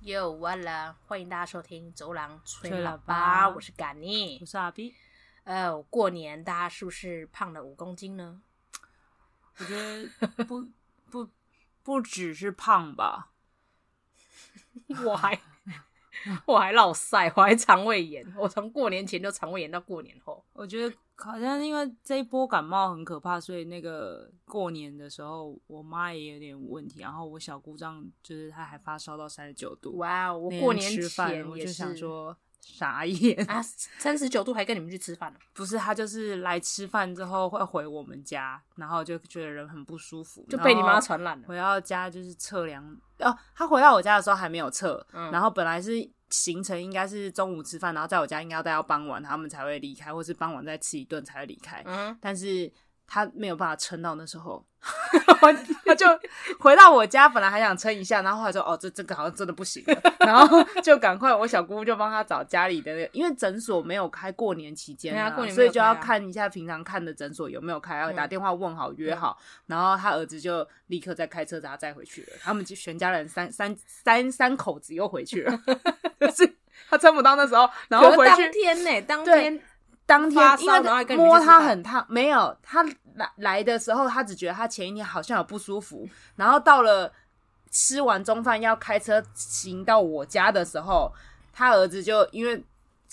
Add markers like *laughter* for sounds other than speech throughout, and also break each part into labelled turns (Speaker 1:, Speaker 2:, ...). Speaker 1: 哟完了，欢迎大家收听《走廊吹
Speaker 2: 吹
Speaker 1: 喇叭》，
Speaker 2: 喇叭
Speaker 1: 我是赶妮
Speaker 2: 我。是阿 B，
Speaker 1: 呃，过年大家是不是胖了五公斤
Speaker 2: *laughs*
Speaker 1: 呢？
Speaker 2: 我觉
Speaker 1: *laughs*
Speaker 2: 得不不不只是胖吧，
Speaker 1: 我还我还落晒，我还肠胃炎，我从过年前就肠胃炎到过年后。
Speaker 2: 我觉得好像因为这一波感冒很可怕，所以那个过年的时候，我妈也有点问题，然后我小姑丈就是她还发烧到三十九度，
Speaker 1: 哇哦，我
Speaker 2: 那天
Speaker 1: 过年前
Speaker 2: 吃饭我
Speaker 1: 也
Speaker 2: 就是想说傻眼，
Speaker 1: 啊，三十九度还跟你们去吃饭呢、
Speaker 2: 不是她就是来吃饭之后会回我们家，然后就觉得人很不舒服，
Speaker 1: 就被你妈
Speaker 2: 然后
Speaker 1: 传染了。
Speaker 2: 回到家就是测量哦，他回到我家的时候还没有测，
Speaker 1: 嗯
Speaker 2: 然后本来是行程应该是中午吃饭，然后在我家应该要待到傍晚，他们才会离开，或是傍晚再吃一顿才会离开。
Speaker 1: 嗯，
Speaker 2: 但是他没有办法撑到那时候，他就回到我家，本来还想撑一下，然后后来说哦，这这个好像真的不行了，然后就赶快我小姑就帮他找家里的那个，因为诊所没有开过年期间、
Speaker 1: 对啊过年没有
Speaker 2: 所以就要
Speaker 1: 开啊
Speaker 2: 看一下平常看的诊所有没有开，要
Speaker 1: 嗯
Speaker 2: 打电话问好约好，然后他儿子就立刻再开车把他载回去了，他们就全家人三三三三口子又回去了， *laughs* 就是他撑不到那时候，然后
Speaker 1: 可
Speaker 2: 回
Speaker 1: 当
Speaker 2: 去
Speaker 1: 天呢、当
Speaker 2: 对
Speaker 1: 天
Speaker 2: 当天
Speaker 1: 发烧
Speaker 2: 因为
Speaker 1: 然后还跟你们
Speaker 2: 摸
Speaker 1: 去吃
Speaker 2: 它
Speaker 1: 饭
Speaker 2: 很烫，没有，他来来的时候，他只觉得他前一天好像有不舒服，然后到了吃完中饭要开车行到我家的时候，他儿子就因为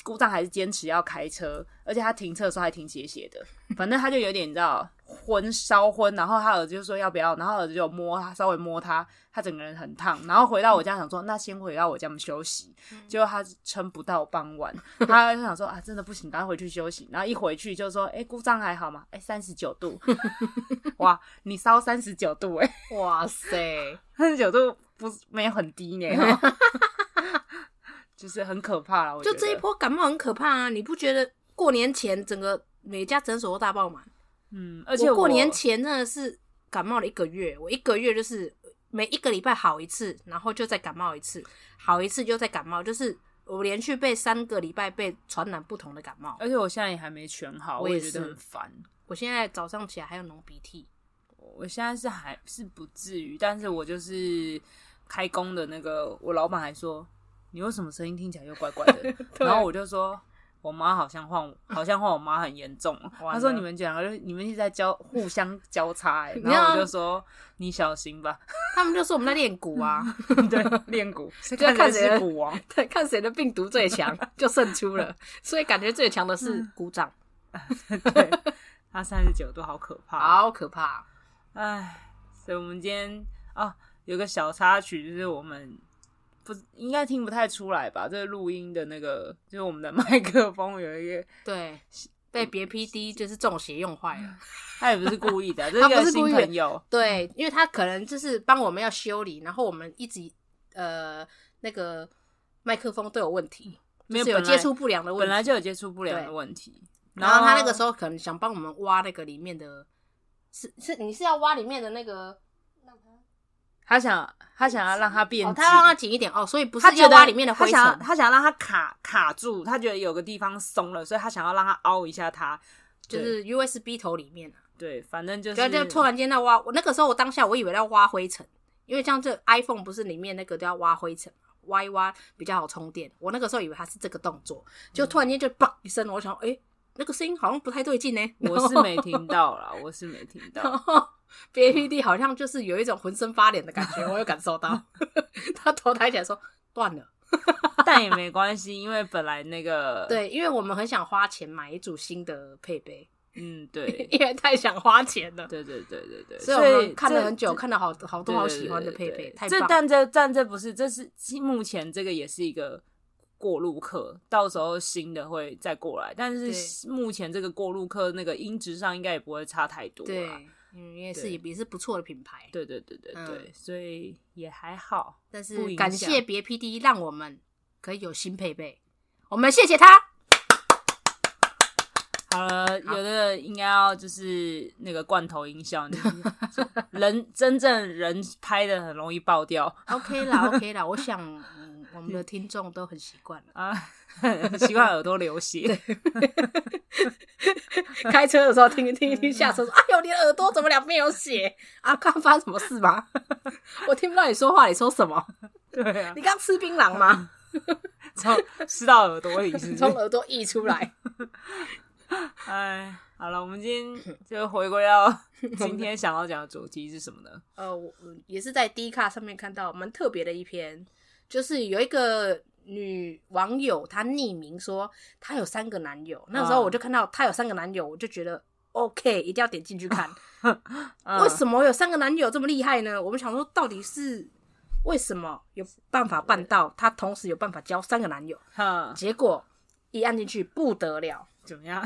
Speaker 2: 姑丈还是坚持要开车，而且他停车的时候还挺斜斜
Speaker 1: *laughs*
Speaker 2: 的，反正他就有点你知道昏烧昏，然后他儿子就说要不要，然后他儿子就摸他，稍微摸他，他整个人很烫，然后回到我家想说那先回到我家我们休息，结果他撑不到傍晚， *laughs* 他就想说啊真的不行，赶快回去休息，然后一回去就说哎、姑丈还好吗？哎三十九
Speaker 1: *laughs*
Speaker 2: 度，哇你烧三十九度哎、
Speaker 1: 哇塞，
Speaker 2: 三十九度不是没有很低呢、哦 *laughs* 就是很可怕了。我
Speaker 1: 就
Speaker 2: 觉
Speaker 1: 这一
Speaker 2: 得，
Speaker 1: 波感冒很可怕啊！你不觉得过年前整个每家诊所都大爆满？
Speaker 2: 嗯，而
Speaker 1: 而
Speaker 2: 且
Speaker 1: 过年
Speaker 2: 我
Speaker 1: 前真的是感冒了一个月，我一个月就是每一个礼拜好一次，然后就再感冒一次，好一次就再感冒，就是我连续被三个礼拜被传染不同的感冒。
Speaker 2: 而且我现在也还没全好，
Speaker 1: 我
Speaker 2: 我
Speaker 1: 也
Speaker 2: 也
Speaker 1: 是
Speaker 2: 觉得很烦。
Speaker 1: 我现在早上起来还有浓鼻
Speaker 2: *laughs*
Speaker 1: 涕，
Speaker 2: 我现在是还是不至于，但是我就是开工的那个，我老板还说你为什么声音听起来又怪怪的，然后我就说。我妈好像换我，好像换我妈很严重。
Speaker 1: *laughs* 完了
Speaker 2: 他说你们两个就你们一直在交互相交叉、欸，
Speaker 1: 没有
Speaker 2: 然
Speaker 1: 啊
Speaker 2: 后我就说你小
Speaker 1: *laughs*
Speaker 2: 心吧。
Speaker 1: 他们就说我们在练鼓啊，
Speaker 2: *laughs* 对，练鼓，谁
Speaker 1: 就要看谁
Speaker 2: 谁是鼓王。
Speaker 1: 对 *laughs* 看谁的病毒最强就胜出了，所以感觉最强的是
Speaker 2: 嗯
Speaker 1: 鼓掌，
Speaker 2: *laughs* 对，他三十九度，好可怕。
Speaker 1: 好可怕。
Speaker 2: 唉，所以我们今天啊，有个小插曲，就是我们不应该听不太出来吧？这个录音的那个，就是我们的 *laughs* 麦克风有一个，
Speaker 1: 对，被别 PD 就是中邪用坏
Speaker 2: 嗯
Speaker 1: 了。
Speaker 2: 他也不是故意的，啊这
Speaker 1: 他不
Speaker 2: 个
Speaker 1: 是
Speaker 2: 新
Speaker 1: 故意的
Speaker 2: 朋友，
Speaker 1: 对，因为他可能就是帮我们要修理，然后我们一直呃那个麦克风都有问题，
Speaker 2: 没
Speaker 1: 就是
Speaker 2: 有
Speaker 1: 有
Speaker 2: 本来
Speaker 1: 接触不良的问
Speaker 2: 本
Speaker 1: 题。
Speaker 2: 来就有哦接触不良
Speaker 1: 对
Speaker 2: 的问题。
Speaker 1: 然后他那个时
Speaker 2: 候，
Speaker 1: 候可能想帮我们挖那个里面的，是是你是要挖里面的那个，
Speaker 2: 他想他想要让它变
Speaker 1: 哦，
Speaker 2: 紧，
Speaker 1: 他让它紧一点哦，所以不是
Speaker 2: 他觉
Speaker 1: 要
Speaker 2: 得
Speaker 1: 挖里面的灰
Speaker 2: 他想要
Speaker 1: 尘，
Speaker 2: 他想要让它卡卡住，他觉得有个地方松了，所以他想要让它凹一下它。
Speaker 1: 就是 USB 头里面啊。
Speaker 2: 对，反正就是
Speaker 1: 然后就啊突然间在挖，我那个时候我当下我以为要挖灰尘，因为像这 iPhone 不是里面那个都要挖灰尘，挖一挖比较好充电。我那个时候以为它是这个动作，就突然间就砰一声，我想哎、诶那个声音好像不太对劲呢、
Speaker 2: 我是没听到啦，我是没听到。
Speaker 1: 然 *laughs* 后 B P D 好像就是有一种浑身发凉的感觉，我有感受到。 *laughs* 他头抬起来说断了。
Speaker 2: 但也没关系，因为本来那个，
Speaker 1: 对，因为我们很想花钱买一组新的配备，
Speaker 2: 嗯，
Speaker 1: *laughs*
Speaker 2: 对，
Speaker 1: 因为太想花钱了，
Speaker 2: 对对对对对，
Speaker 1: 所以我们看了
Speaker 2: 这
Speaker 1: 很久，
Speaker 2: 这
Speaker 1: 看了好好多
Speaker 2: 对
Speaker 1: 好
Speaker 2: 对
Speaker 1: 喜欢的
Speaker 2: 对
Speaker 1: 配
Speaker 2: 对
Speaker 1: 备，
Speaker 2: 对
Speaker 1: 太
Speaker 2: 这
Speaker 1: 棒了。
Speaker 2: 但这但这不是，这是目前这个也是一个过路客，到时候新的会再过来，但是
Speaker 1: 对
Speaker 2: 目前这个过路客那个音质上应该也不会差太多
Speaker 1: 对
Speaker 2: 啦。，
Speaker 1: 嗯，也是
Speaker 2: 对
Speaker 1: 也也是不错的品牌，
Speaker 2: 对对对对
Speaker 1: 嗯
Speaker 2: 对，所以也还好。
Speaker 1: 但
Speaker 2: 不
Speaker 1: 是
Speaker 2: 影
Speaker 1: 感
Speaker 2: 响
Speaker 1: 谢别 PD 让我们可以有新配备，我们谢谢他。
Speaker 2: 好了，有的应该要就是那个罐头音
Speaker 1: *laughs*
Speaker 2: 效，你人真正人拍的很容易爆掉。
Speaker 1: OK 啦，OK 啦，我想、嗯我们的听众都很习惯了。
Speaker 2: 啊， *laughs* 习惯耳朵流血。
Speaker 1: *laughs* 开车的时候听一听一听，下车说：“哎呦，你的耳 *laughs* 朵怎么两边有血啊？刚发生什么事吗？我听不到你说话，你说什么？
Speaker 2: 对啊
Speaker 1: *laughs* 你，刚吃槟榔吗？ *laughs*
Speaker 2: 从吃到耳朵里是不
Speaker 1: 从
Speaker 2: 是？
Speaker 1: 耳朵溢出来。
Speaker 2: 哎，好了，我们今天就回归到
Speaker 1: *laughs*
Speaker 2: 今天想要讲的主题是什么呢？
Speaker 1: 呃，我我也是在 D 卡上面看到蛮特别的一篇，就是有一个女网友她匿名说她有三个男友，那时候我就看到她有三个男友，我就觉得 OK，一定要点进去看，
Speaker 2: 嗯
Speaker 1: 为什么有三个男友这么厉害呢？我们想说到底是为什么有办法办到她同时有办法交三个男友？
Speaker 2: 哼
Speaker 1: 结果一按进去不得了。
Speaker 2: 怎么样？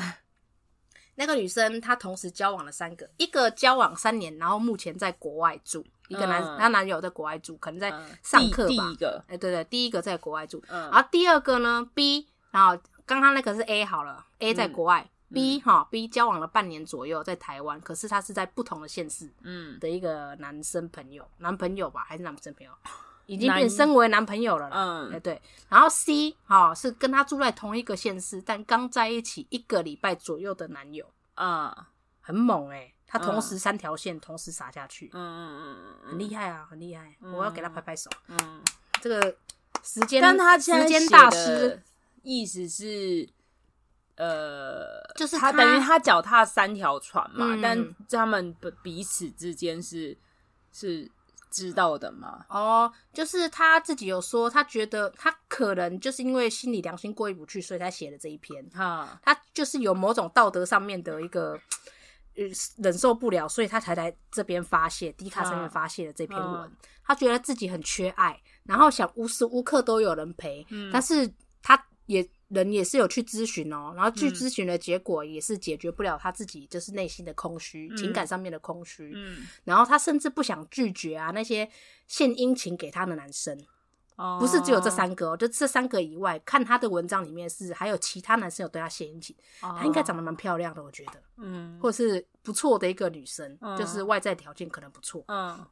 Speaker 1: 那个女生她同时交往了三个，一个交往三年，然后目前在国外住，一个男、
Speaker 2: 嗯
Speaker 1: 她男友在国外住，可能在
Speaker 2: 嗯
Speaker 1: 上课
Speaker 2: 第
Speaker 1: 吧
Speaker 2: 第一。个，
Speaker 1: 哎、对对，第一个在国外住，
Speaker 2: 嗯
Speaker 1: 然后第二个呢 B，然后刚刚那个是 A 好了，A
Speaker 2: 嗯
Speaker 1: 在国外、b 哈 B 交往了半年左右，在台湾，可是他是在不同的县市
Speaker 2: 嗯
Speaker 1: 的一个男生朋友，男朋友吧还是男生朋友，已经
Speaker 2: 男
Speaker 1: 变身为男朋友了啦。哎、
Speaker 2: 嗯
Speaker 1: 对，然后 C 哈、是跟他住在同一个县市，但刚在一起一个礼拜左右的男友，
Speaker 2: 嗯
Speaker 1: 很猛哎、他同
Speaker 2: 嗯
Speaker 1: 时三条线、同时撒下去
Speaker 2: 嗯，嗯
Speaker 1: 很厉害啊，很厉害！我要给他拍拍手。
Speaker 2: 嗯嗯，
Speaker 1: 这个时间，
Speaker 2: 但他现在
Speaker 1: 时间
Speaker 2: 写
Speaker 1: 大
Speaker 2: 的
Speaker 1: 师
Speaker 2: 意思是，呃，
Speaker 1: 就是
Speaker 2: 他
Speaker 1: 他
Speaker 2: 等于他脚踏三条船嘛，
Speaker 1: 嗯
Speaker 2: 但他们彼彼此之间是是知道的嘛，
Speaker 1: 哦，就是他自己有说，他觉得他可能就是因为心里良心过意不去，所以才写了这一篇。
Speaker 2: 哈，
Speaker 1: 他就是有某种道德上面的一个呃忍受不了，所以他才来这边发泄，迪卡上面发泄的这篇文。
Speaker 2: 嗯
Speaker 1: 他觉得自己很缺爱，然后想无时无刻都有人陪，
Speaker 2: 嗯
Speaker 1: 但是他也人也是有去咨询哦，然后去
Speaker 2: 嗯
Speaker 1: 咨询的结果也是解决不了他自己就是内心的空虚、情感上面的空虚，
Speaker 2: 嗯，
Speaker 1: 然后他甚至不想拒绝啊那些献殷勤给他的男生。
Speaker 2: 哦
Speaker 1: 不是只有这，三个、哦，就这三个以外，看他的文章里面是还有其他男生有对他献殷勤，
Speaker 2: 他
Speaker 1: 她应该长得蛮漂亮的，我觉得，
Speaker 2: 哦嗯
Speaker 1: 或是不错的一个女生，
Speaker 2: 嗯
Speaker 1: 就是外在条件可能不错。
Speaker 2: 嗯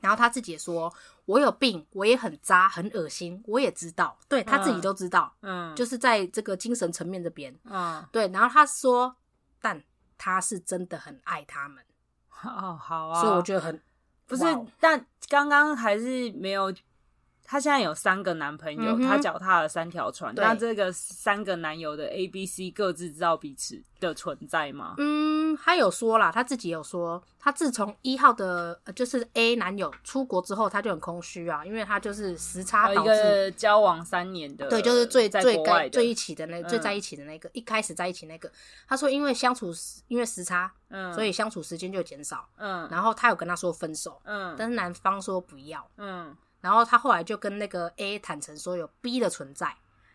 Speaker 1: 然后她自己也说，我有病，我也很渣，很恶心，我也知道，对她自己都知道，
Speaker 2: 嗯，
Speaker 1: 就是在这个精神层面这边，
Speaker 2: 嗯
Speaker 1: 对。然后她说，但她是真的很爱他们，
Speaker 2: 哦好啊，
Speaker 1: 所以我觉得很
Speaker 2: 不是
Speaker 1: 哇哦，
Speaker 2: 但刚刚还是没有。她现在有三个男朋友，
Speaker 1: 嗯哼
Speaker 2: 她脚踏了三条船。
Speaker 1: 对
Speaker 2: 那这个三个男友的 A、B、C 各自知道彼此的存在吗？
Speaker 1: 嗯，她有说啦，她自己有说，她自从一号的，呃就是 A 男友出国之后，她就很空虚啊，因为她就是时差
Speaker 2: 还有
Speaker 1: 导
Speaker 2: 呃一
Speaker 1: 致
Speaker 2: 个交往三年的，
Speaker 1: 对，就是最
Speaker 2: 在
Speaker 1: 最
Speaker 2: 国外
Speaker 1: 该
Speaker 2: 的
Speaker 1: 最一起的那个、最
Speaker 2: 嗯
Speaker 1: 在一起的那个，一开始在一起那个，他说因为相处时因为时差，
Speaker 2: 嗯，
Speaker 1: 所以相处时间就减少。
Speaker 2: 嗯
Speaker 1: 然后他有跟他说分手，
Speaker 2: 嗯
Speaker 1: 但是男方说不要。
Speaker 2: 嗯，
Speaker 1: 然后他后来就跟那个 A 坦诚说有 B 的存在，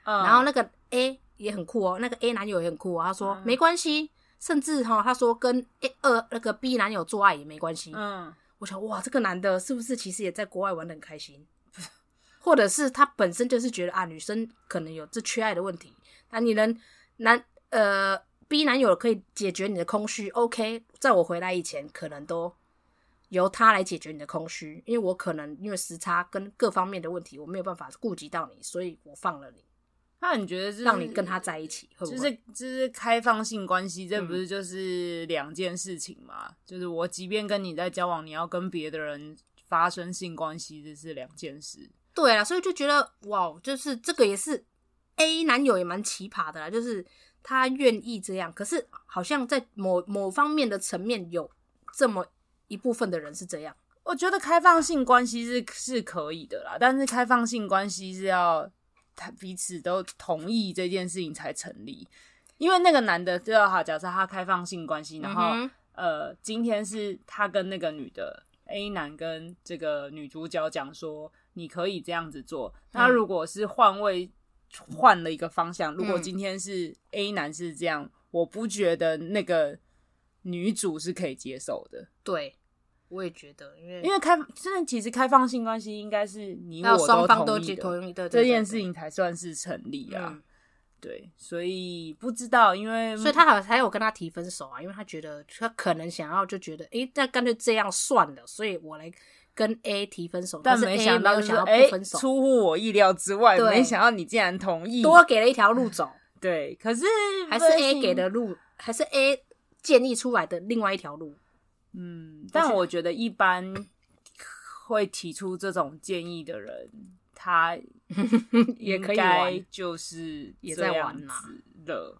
Speaker 1: 然
Speaker 2: 然
Speaker 1: 后那个 A 也很酷哦，那个 A 男友也很酷哦，他说、没关系，甚至哈、他说跟 A 二那个 B 男友做爱也没关系。
Speaker 2: 嗯
Speaker 1: 我想哇，这个男的是不是其实也在国外玩的很开心， *laughs* 或者是他本身就是觉得啊，女生可能有这缺爱的问题，那你能男呃 B 男友可以解决你的空虚，OK，在我回来以前可能都由他来解决你的空虚，因为我可能因为时差跟各方面的问题，我没有办法顾及到你，所以我放了你，
Speaker 2: 那你觉得这
Speaker 1: 让你跟他在一起，会不
Speaker 2: 就
Speaker 1: 会？
Speaker 2: 是就是开放性关系，这不是
Speaker 1: 嗯
Speaker 2: 就是两件事情嘛？就是我即便跟你在交往，你要跟别的人发生性关系，这是两件事。
Speaker 1: 对啊，所以就觉得哇，就是这个也是 A 男友也蛮奇葩的啦，就是他愿意这样，可是好像在某某方面的层面有这么一部分的人是这样，
Speaker 2: 我觉得开放性关系是是可以的啦，但是开放性关系是要他彼此都同意这件事情才成立。因为那个男的，就好，假设他开放性关系，然后、
Speaker 1: 嗯哼
Speaker 2: 呃，今天是他跟那个女的 A 男跟这个女主角讲说，你可以这样子做。
Speaker 1: 嗯
Speaker 2: 那如果是换位换了一个方向，如果
Speaker 1: 嗯
Speaker 2: 今天是 A 男是这样，我不觉得那个女主是可以接受的。
Speaker 1: 对，我也觉得，因为
Speaker 2: 因为开，真的其实开放性关系应该是你
Speaker 1: 要
Speaker 2: 我
Speaker 1: 双方
Speaker 2: 都
Speaker 1: 都
Speaker 2: 同意
Speaker 1: 接
Speaker 2: 的
Speaker 1: 同意的
Speaker 2: 这件事，情才算是成立
Speaker 1: 对对对
Speaker 2: 啊。
Speaker 1: 嗯
Speaker 2: 对，所以不知道，因为
Speaker 1: 所以他好才有跟他提分手啊，因为他觉得他可能想要就觉得，诶，那干脆这样算了，所以我来跟 A 提分手，
Speaker 2: 但
Speaker 1: 是
Speaker 2: 没
Speaker 1: A
Speaker 2: 想到
Speaker 1: 没有
Speaker 2: 就是
Speaker 1: 想要
Speaker 2: 哎、
Speaker 1: 不分手，
Speaker 2: 出乎我意料之外，
Speaker 1: 对
Speaker 2: 没想到你竟然同意。
Speaker 1: 多给了一条路走。
Speaker 2: 对，可是
Speaker 1: 还是 A 给的，路，还是 A 建议出来的另外一条路。
Speaker 2: 嗯，但我觉得一般会提出这种建议的人，他
Speaker 1: *laughs* 也可以
Speaker 2: 应该
Speaker 1: 玩
Speaker 2: 就是
Speaker 1: 也
Speaker 2: 这
Speaker 1: 在
Speaker 2: 样
Speaker 1: 玩啦
Speaker 2: 子了。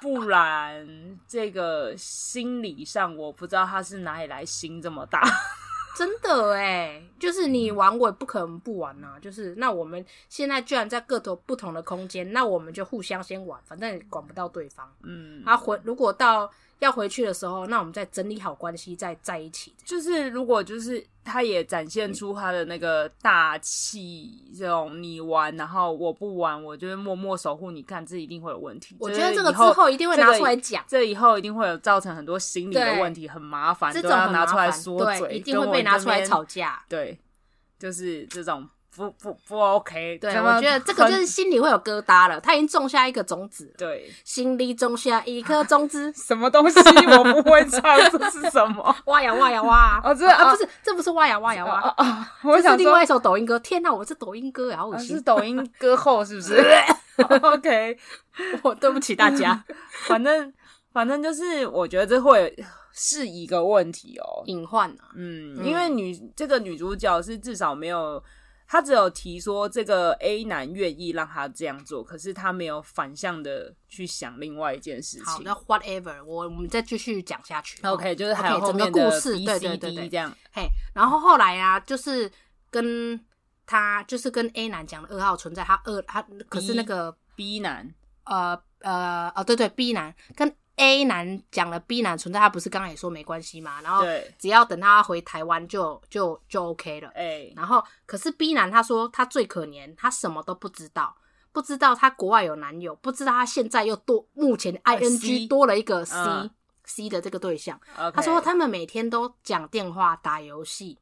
Speaker 2: 不然，这个心理上我不知道他是哪里来心这么大。
Speaker 1: 真的哎，就是你玩我也不可能不玩呐、就是那我们现在居然在各头不同的空间，那我们就互相先玩，反正也管不到对方。
Speaker 2: 嗯，
Speaker 1: 啊回如果到要回去的时候，那我们再整理好关系再在一起。
Speaker 2: 就是如果就是他也展现出他的那个大气，这种你玩，然后我不玩，我就是默默守护你，看这一定会有问题。
Speaker 1: 我
Speaker 2: 就
Speaker 1: 觉得
Speaker 2: 是
Speaker 1: 这个
Speaker 2: 以
Speaker 1: 之后一定会拿出来讲。
Speaker 2: 这以后一定会有造成很多心理的
Speaker 1: 对
Speaker 2: 问题，很麻烦，
Speaker 1: 这
Speaker 2: 都
Speaker 1: 种
Speaker 2: 要
Speaker 1: 很麻
Speaker 2: 拿出来
Speaker 1: 烦
Speaker 2: 说嘴，
Speaker 1: 对，一定会
Speaker 2: 跟我
Speaker 1: 被拿
Speaker 2: 这
Speaker 1: 出来
Speaker 2: 边
Speaker 1: 吵。架。
Speaker 2: 对，就是这种不不不 OK
Speaker 1: 对，
Speaker 2: 这么
Speaker 1: 我
Speaker 2: 很。
Speaker 1: 觉得这个就是心里会有疙瘩了，他已经种下一个种子了，
Speaker 2: 对，
Speaker 1: 心里种下一颗种子
Speaker 2: 什么东西我不会唱，这是什
Speaker 1: *laughs*
Speaker 2: 么？
Speaker 1: 挖呀挖呀挖。
Speaker 2: 哦这
Speaker 1: 啊
Speaker 2: 哦
Speaker 1: 不是，这不是挖呀挖呀
Speaker 2: 啊
Speaker 1: 挖，
Speaker 2: 啊！我
Speaker 1: 哦这是
Speaker 2: 想
Speaker 1: 另
Speaker 2: 说
Speaker 1: 外一首抖音歌。天哪，我是抖音歌，好恶
Speaker 2: 啊
Speaker 1: 心
Speaker 2: 是。抖音歌后是
Speaker 1: *laughs*
Speaker 2: 不 *laughs* 是？OK，
Speaker 1: 我对不起大
Speaker 2: *laughs*
Speaker 1: 家，
Speaker 2: 反正反正就是，我觉得这会是一个问题哦。
Speaker 1: 隐患啊，
Speaker 2: 嗯，
Speaker 1: 嗯
Speaker 2: 因为女这个女主角是至少没有，她只有提说这个 A 男愿意让她这样做，可是她没有反向的去想另外一件事
Speaker 1: 好，
Speaker 2: 情
Speaker 1: 那。whatever，我我们再继续讲下去。
Speaker 2: OK，就是还有
Speaker 1: OK，
Speaker 2: 后面
Speaker 1: 整
Speaker 2: 的
Speaker 1: 个故事
Speaker 2: B
Speaker 1: 对
Speaker 2: C
Speaker 1: 对对
Speaker 2: D
Speaker 1: 对
Speaker 2: 这样，
Speaker 1: 嘿，然后后来啊，就是跟他，就是跟 A 男讲的二号存在，他二他可是那个
Speaker 2: B 男
Speaker 1: 呃呃哦对对 B 男跟 A 男讲了 B 男存在，他不是刚才也说没关系嘛，然后
Speaker 2: 对，
Speaker 1: 只要等他回台湾就就就 OK 了。
Speaker 2: 哎，
Speaker 1: 然后可是 B 男他说他最可怜，他什么都不知道，不知道他国外有男友，不知道他现在又多目前
Speaker 2: 呃 C
Speaker 1: ING 多了一个 C、
Speaker 2: 嗯
Speaker 1: C 的这个对象。
Speaker 2: OK
Speaker 1: 他说他们每天都讲电话、打游戏，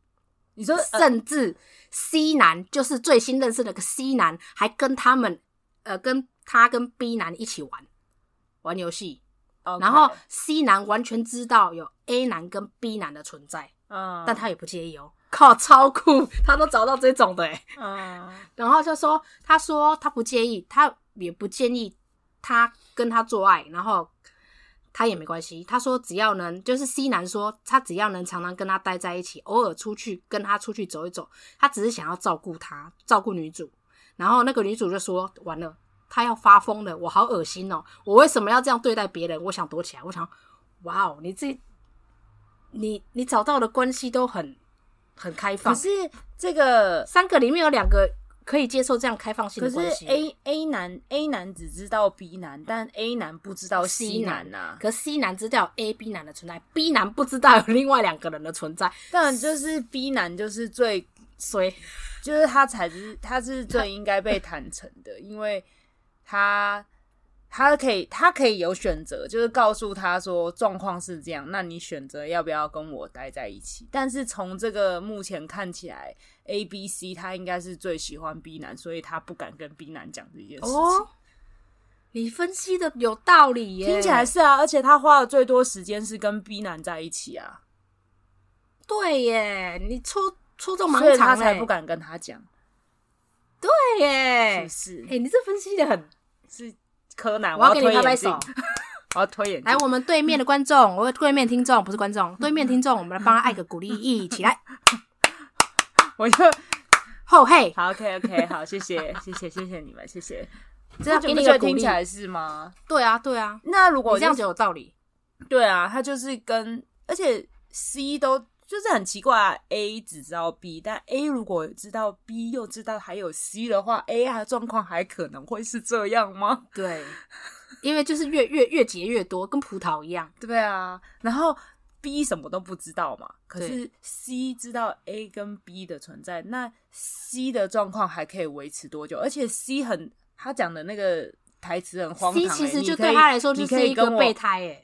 Speaker 2: 你说呃
Speaker 1: 甚至 C 男就是最新认识的那个 C 男，还跟他们呃跟他跟 B 男一起玩玩游戏，
Speaker 2: ，OK，
Speaker 1: 然后 C 男完全知道有 A 男跟 B 男的存在，
Speaker 2: 嗯，
Speaker 1: 但他也不介意哦。靠，超酷！他都找到这种的欸、
Speaker 2: 嗯
Speaker 1: 然后就说，他说他不介意，他也不建议他跟他做爱，然后他也没关系。他说只要能，就是 C 男说他只要能常常跟他待在一起，偶尔出去跟他出去走一走，他只是想要照顾他，照顾女主。然后那个女主就说：“完了，他要发疯了，我好恶心哦！我为什么要这样对待别人？我想躲起来。我想，哇哦，你这你你找到的关系都很很开放
Speaker 2: 可，是这个
Speaker 1: 三个里面有两个可以接受这样开放性
Speaker 2: 可
Speaker 1: 的
Speaker 2: 是
Speaker 1: 关系。
Speaker 2: A A 男 A 男只知道 B 男，但 A 男不知道 C 男呐、
Speaker 1: 可 C 男啊知道有 A、B 男的存在，B 男不知道有另外两个人的存在，
Speaker 2: 但就是 B 男就是最，
Speaker 1: 所以
Speaker 2: 就是他才是他是最应该被坦诚的，因为他他可以他可以有选择，就是告诉他说状况是这样，那你选择要不要跟我待在一起。但是从这个目前看起来，A、B、C 他应该是最喜欢 B 男，所以他不敢跟 B 男讲这件事情。
Speaker 1: 哦，你分析的有道理耶，
Speaker 2: 听起来是啊，而且他花的最多时间是跟 B 男在一起啊，
Speaker 1: 对耶，你戳戳中盲
Speaker 2: 所以
Speaker 1: 场
Speaker 2: 他
Speaker 1: 哎，
Speaker 2: 才不敢跟他讲，
Speaker 1: 对耶，
Speaker 2: 是
Speaker 1: 哎、
Speaker 2: 不
Speaker 1: 你这分析的很。
Speaker 2: 是？是柯南，
Speaker 1: 我要
Speaker 2: 要
Speaker 1: 给
Speaker 2: 推
Speaker 1: 你拍拍
Speaker 2: 眼镜
Speaker 1: 手，
Speaker 2: 我要推眼镜
Speaker 1: 来，，我们对面的观众，我对面听众不是观 *laughs* 众，对面听众，我们来帮他按个鼓励，一起 *laughs* 来，
Speaker 2: 我就
Speaker 1: 吼嘿，
Speaker 2: 好
Speaker 1: *laughs*
Speaker 2: ，OK OK，好，谢谢谢谢谢谢你们，谢谢。
Speaker 1: 这样给
Speaker 2: 你
Speaker 1: 你
Speaker 2: 们
Speaker 1: 一
Speaker 2: 觉得
Speaker 1: 个鼓
Speaker 2: 听
Speaker 1: 励
Speaker 2: 起。来是吗？
Speaker 1: 对啊，对啊，
Speaker 2: 那如果
Speaker 1: 你这样
Speaker 2: 就
Speaker 1: 子有道理。
Speaker 2: 对啊，他就是跟，而且 C 都就是很奇怪、啊、，A 只知道 B，但 A 如果知道 B 又知道还有 C 的话，A 啊状况还可能会是这样吗？
Speaker 1: 对，因为就是越越越结越多，跟葡萄一样。
Speaker 2: 对啊，然后 B 什么都不知道嘛，可是
Speaker 1: 对
Speaker 2: C 知道 A 跟 B 的存在，那 C 的状况还可以维持多久？而且 C 很他讲的那个台词很荒唐、欸、
Speaker 1: C 其实就
Speaker 2: 你可以
Speaker 1: 对他来说就
Speaker 2: 你可
Speaker 1: 是
Speaker 2: 以
Speaker 1: 一个
Speaker 2: 跟我
Speaker 1: 备胎哎，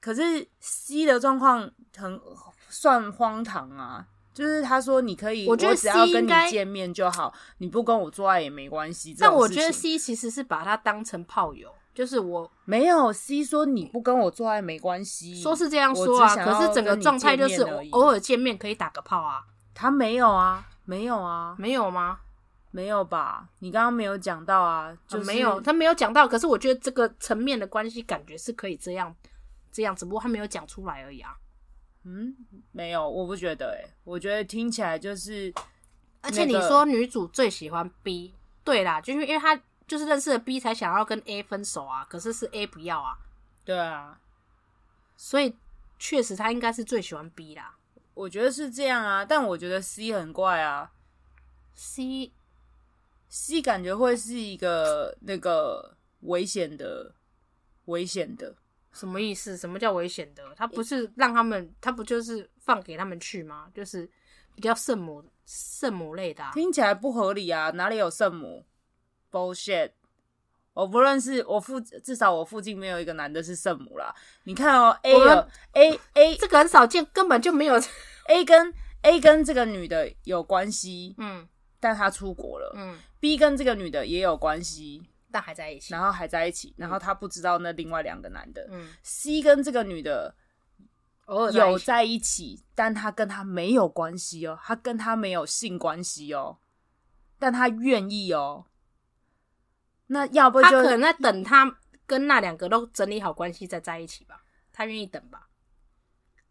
Speaker 2: 可是 C 的状况很算荒唐啊。就是他说你可以，我
Speaker 1: 我觉得
Speaker 2: 只要
Speaker 1: C
Speaker 2: 跟
Speaker 1: 应
Speaker 2: 你
Speaker 1: 该
Speaker 2: 见面就好，你不跟我做爱也没关系。这
Speaker 1: 但
Speaker 2: 种
Speaker 1: 我
Speaker 2: 事
Speaker 1: 觉得 C
Speaker 2: 情
Speaker 1: 其实是把他当成炮友，就是我
Speaker 2: 没有 C 说你不跟我做爱没关系，
Speaker 1: 说是这样
Speaker 2: 嗯我
Speaker 1: 说
Speaker 2: 只
Speaker 1: 啊，
Speaker 2: 想
Speaker 1: 可
Speaker 2: 要
Speaker 1: 是整个
Speaker 2: 跟你
Speaker 1: 状态
Speaker 2: 见
Speaker 1: 就是
Speaker 2: 面而已
Speaker 1: 偶偶尔见面可以打个炮啊，
Speaker 2: 他没有啊，没有啊，
Speaker 1: 没有吗？
Speaker 2: 没有吧？你刚刚没有讲到啊，就、
Speaker 1: 就是没有，他没有讲到。可是我觉得这个层面的关系感觉是可以这样这样，只不过他没有讲出来而已啊。
Speaker 2: 嗯，没有，我不觉得、欸，我觉得听起来就是
Speaker 1: 而且你说女主最喜欢 B，对啦，就是因为她就是认识了 B 才想要跟 A 分手啊，可是是 A 不要啊，
Speaker 2: 对啊，
Speaker 1: 所以确实她应该是最喜欢 B 啦。
Speaker 2: 我觉得是这样啊，但我觉得 C 很怪啊
Speaker 1: C
Speaker 2: ，C 感觉会是一个那个危险的，危险的，
Speaker 1: 什么意思？什么叫危险的？他不是让他们，他不就是放给他们去吗？就是比较圣母圣母类的、啊，
Speaker 2: 听起来不合理啊，哪里有圣母？bullshit！我不认识，我附至少我附近没有一个男的是圣母啦。你看哦，A
Speaker 1: 我们
Speaker 2: 有 A A
Speaker 1: 这个很少见，根本就没
Speaker 2: *laughs*
Speaker 1: 有。
Speaker 2: A 跟 A 跟这个女的有关系，
Speaker 1: 嗯
Speaker 2: 但她出国了。
Speaker 1: 嗯，
Speaker 2: B 跟这个女的也有关系，
Speaker 1: 但还在一起
Speaker 2: 然。后还在一起，然后她不知道那另外两个男的。
Speaker 1: 嗯，
Speaker 2: C 跟这个女的
Speaker 1: 偶尔在一
Speaker 2: 有
Speaker 1: 起
Speaker 2: 在一起，但她跟他没有关系哦，她跟他没有性关系哦，但她愿意哦。那要不
Speaker 1: 他
Speaker 2: 就
Speaker 1: 可能在等他跟那两个都整理好关系再在一起吧，他愿意等吧，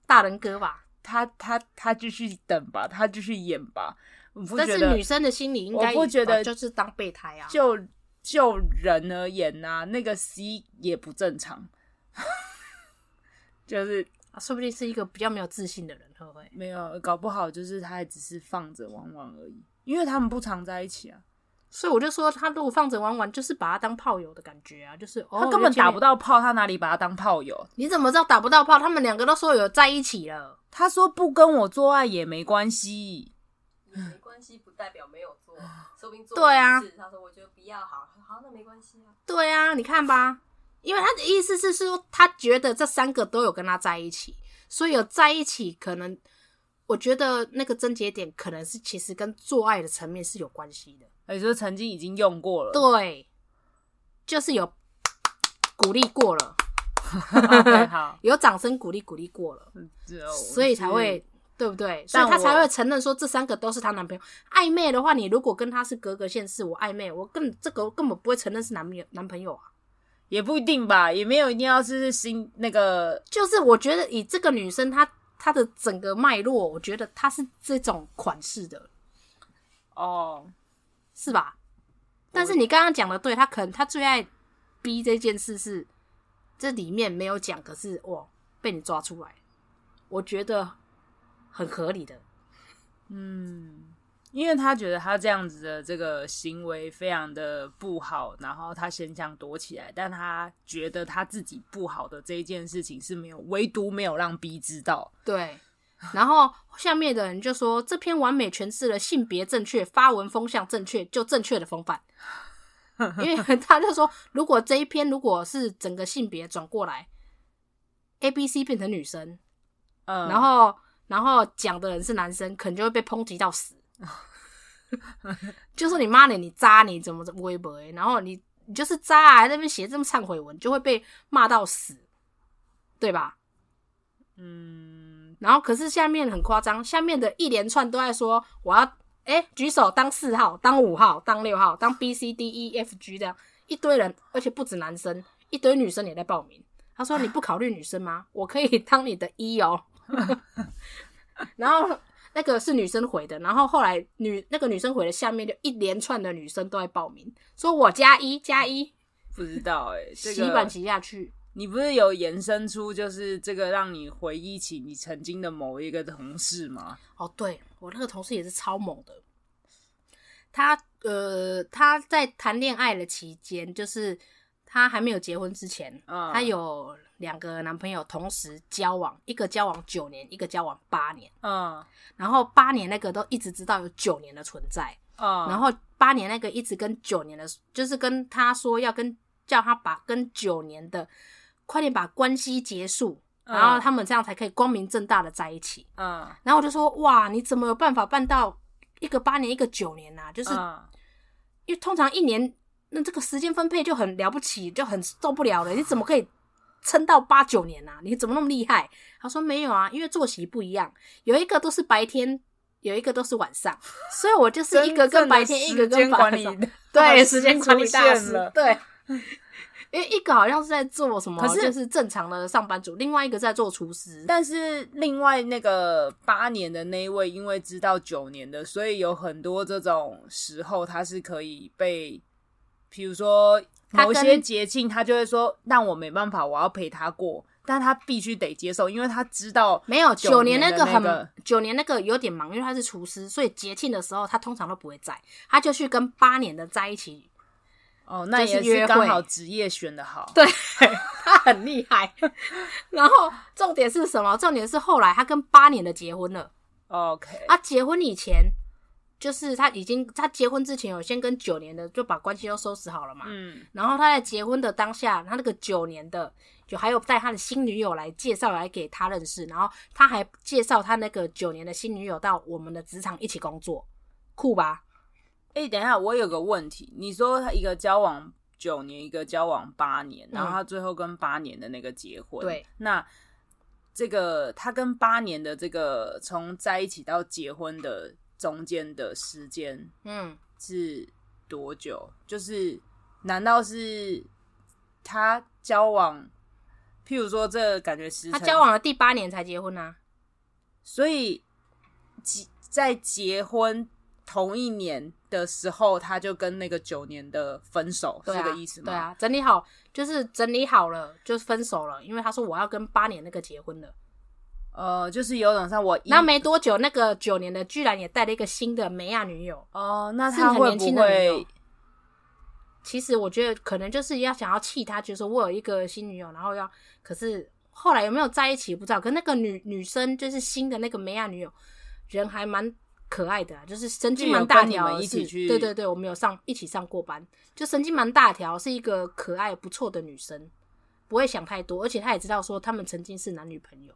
Speaker 1: 大人哥吧。
Speaker 2: 她她她继续等吧，她继续演吧。我不
Speaker 1: 但
Speaker 2: 觉
Speaker 1: 是
Speaker 2: 得
Speaker 1: 女生的心理应该
Speaker 2: 我不觉得
Speaker 1: 也就是当备胎啊，
Speaker 2: 就就人而言呐、那个 C 也不正常， *laughs* 就是
Speaker 1: 啊说不定是一个比较没有自信的人，会不会？
Speaker 2: 没有搞不好就是他还只是放着玩玩而已，因为他们不常在一起啊，
Speaker 1: 所以我就说，他如果放着玩玩，就是把他当炮友的感觉啊，就是哦，
Speaker 2: 他根本打不
Speaker 1: 到。
Speaker 2: 到炮，他哪里把他当炮友？
Speaker 1: 你怎么知道打不到炮？他们两个都说有在一起了，
Speaker 2: 他说不跟我做爱也没关系，
Speaker 3: 你没关系，不代表没有做，说不定做
Speaker 1: 对啊
Speaker 3: 了一次他说我觉得不要好，好那没关系啊。 *laughs*
Speaker 1: 对啊，你看吧，因为他的意思是说，他觉得这三个都有跟他在一起，所以有在一起，可能我觉得那个症结点可能是其实跟做爱的层面是有关系的，
Speaker 2: 也就是曾经已经用过了，
Speaker 1: 对，就是有鼓励过了，啊
Speaker 2: *laughs* 对，好，
Speaker 1: 有掌声鼓励鼓励过了， *laughs* 所以才会。对不对？嗯所
Speaker 2: 但
Speaker 1: 以他才
Speaker 2: 我
Speaker 1: 会承认说这三个都是她男朋友。暧昧的话，你如果跟他是隔隔线是我暧昧，我更这个我根本不会承认是男朋友男朋友啊。
Speaker 2: 也不一定吧，也没有一定要是新那个
Speaker 1: 就是我觉得以这个女生她她的整个脉络，我觉得她是这种款式的，
Speaker 2: 哦，
Speaker 1: 是吧？但是你刚刚讲的对，她可能她最爱逼这件事是这里面没有讲，可是哇被你抓出来，我觉得很合理的。
Speaker 2: 嗯，因为他觉得他这样子的这个行为非常的不好，然后他先想躲起来，但他觉得他自己不好的这一件事情是没有，唯独没有让 B 知道。
Speaker 1: 对，然后下面的人就说这篇完美诠释了性别正确、发文风向正确，就正确的风范。因为他就说，如果这一篇如果是整个性别转过来，A、B、C 变成女生，
Speaker 2: 嗯，
Speaker 1: 然后然后讲的人是男生，可能就会被抨击到死。就说你妈的，你渣，你怎么微博？然后你你就是渣、啊，还在那边写这么忏悔文，就会被骂到死，对吧？
Speaker 2: 嗯，
Speaker 1: 然后可是下面很夸张，下面的一连串都在说我要哎、举手当四号、当五号、当六号、当 B C D E F G 这样一堆人，而且不止男生，一堆女生也在报名。他说你不考虑女生吗？
Speaker 2: *laughs*
Speaker 1: 我可以当你的一哦。 *laughs* 然后那个是女生回的，然后后来女那个女生回的下面就一连串的女生都在报名，说我加一加一，
Speaker 2: 不知道哎、这
Speaker 1: 洗版
Speaker 2: 个
Speaker 1: 洗下去。
Speaker 2: 你不是有延伸出就是这个让你回忆起你曾经的某一个同事吗？
Speaker 1: 哦，对我那个同事也是超猛的，他呃他在谈恋爱的期间，就是他还没有结婚之前，
Speaker 2: 嗯
Speaker 1: 他有两个男朋友同时交往，一个交往九年，一个交往八年，
Speaker 2: 嗯
Speaker 1: 然后八年那个都一直知道有九年的存在，
Speaker 2: 嗯，
Speaker 1: 然后八年那个一直跟九年的，就是跟他说要跟叫他把跟九年的快点把关系结束，然后他们这样才可以光明正大的在一起。
Speaker 2: 嗯
Speaker 1: 然后我就说，哇，你怎么有办法办到一个八年一个九年呐、就是、
Speaker 2: 嗯
Speaker 1: 因为通常一年那这个时间分配就很了不起，就很受不了了。你怎么可以撑到八九年呐、你怎么那么厉害？他说没有啊，因为作息不一样，有一个都是白天，有一个都是晚上，所以我就是一个跟白天，一个
Speaker 2: 嗯真正的时
Speaker 1: 跟
Speaker 2: *laughs* 间管
Speaker 1: 晚
Speaker 2: 理
Speaker 1: 上。
Speaker 2: 大师
Speaker 1: 对，时间管理大 *laughs*
Speaker 2: 出
Speaker 1: 师
Speaker 2: 现了，
Speaker 1: 对。因为一个好像是在做什么，
Speaker 2: 可是
Speaker 1: 就是正常的上班族，另外一个在做厨师。
Speaker 2: 但是另外那个八年的那一位，因为知道九年的，所以有很多这种时候，他是可以被，比如说
Speaker 1: 他
Speaker 2: 某
Speaker 1: 跟
Speaker 2: 些节庆，他就会说，但我没办法，我要陪他过，但他必须得接受，因为他知道
Speaker 1: 没有
Speaker 2: 九
Speaker 1: 九
Speaker 2: 年
Speaker 1: 年
Speaker 2: 的
Speaker 1: 那个
Speaker 2: 那
Speaker 1: 很
Speaker 2: 个
Speaker 1: 九年那个有点忙，因为他是厨师，所以节庆的时候他通常都不会在，他就去跟八年的在一起。
Speaker 2: 哦，那
Speaker 1: 这是
Speaker 2: 也
Speaker 1: 约
Speaker 2: 是
Speaker 1: 会
Speaker 2: 刚好职业选的好，
Speaker 1: 对他很厉害。 *laughs* 然后重点是什么？重点是后来他跟八年的结婚了。
Speaker 2: 哦，OK，
Speaker 1: 他结婚以前，就是他已经他结婚之前有先跟九年的就把关系都收拾好了嘛。
Speaker 2: 嗯，
Speaker 1: 然后他在结婚的当下，他那个九年的就还有带他的新女友来介绍来给他认识，然后他还介绍他那个九年的新女友到我们的职场一起工作，酷吧？
Speaker 2: 哎、等一下，我有个问题，你说他一个交往九年，一个交往八年，然后他最后跟八年的那个结婚，
Speaker 1: 嗯对，
Speaker 2: 那这个他跟八年的这个从在一起到结婚的中间的时间
Speaker 1: 嗯，
Speaker 2: 是多久？就是难道是他交往？譬如说，这感觉时
Speaker 1: 他
Speaker 2: 辰
Speaker 1: 交往了第八年才结婚啊。
Speaker 2: 所以结在结婚同一年的时候，他就跟那个九年的分手，
Speaker 1: 对
Speaker 2: 是
Speaker 1: 啊，
Speaker 2: 这个意思吗？
Speaker 1: 对，啊，整理好就是整理好了，就是分手了，因为他说我要跟八年那个结婚了。
Speaker 2: 呃，就是有种像我一
Speaker 1: 那没多久，那个九年的居然也带了一个新的梅亚女友。
Speaker 2: 哦，那
Speaker 1: 是
Speaker 2: 他
Speaker 1: 很
Speaker 2: 会
Speaker 1: 年
Speaker 2: 不
Speaker 1: 轻的女
Speaker 2: 会
Speaker 1: 友其实我觉得可能就是要想要气他，就是说我有一个新女友，然后要可是后来有没有在一起不知道。可那个女女生就是新的那个梅亚女友，人还蛮可爱的、啊，就是神经蛮大条
Speaker 2: 就有跟你
Speaker 1: 的，
Speaker 2: 们一起
Speaker 1: 是
Speaker 2: 去
Speaker 1: 对对对，我们有上一起上过班，就神经蛮大条，是一个可爱不错的女生，不会想太多，而且她也知道说他们曾经是男女朋友。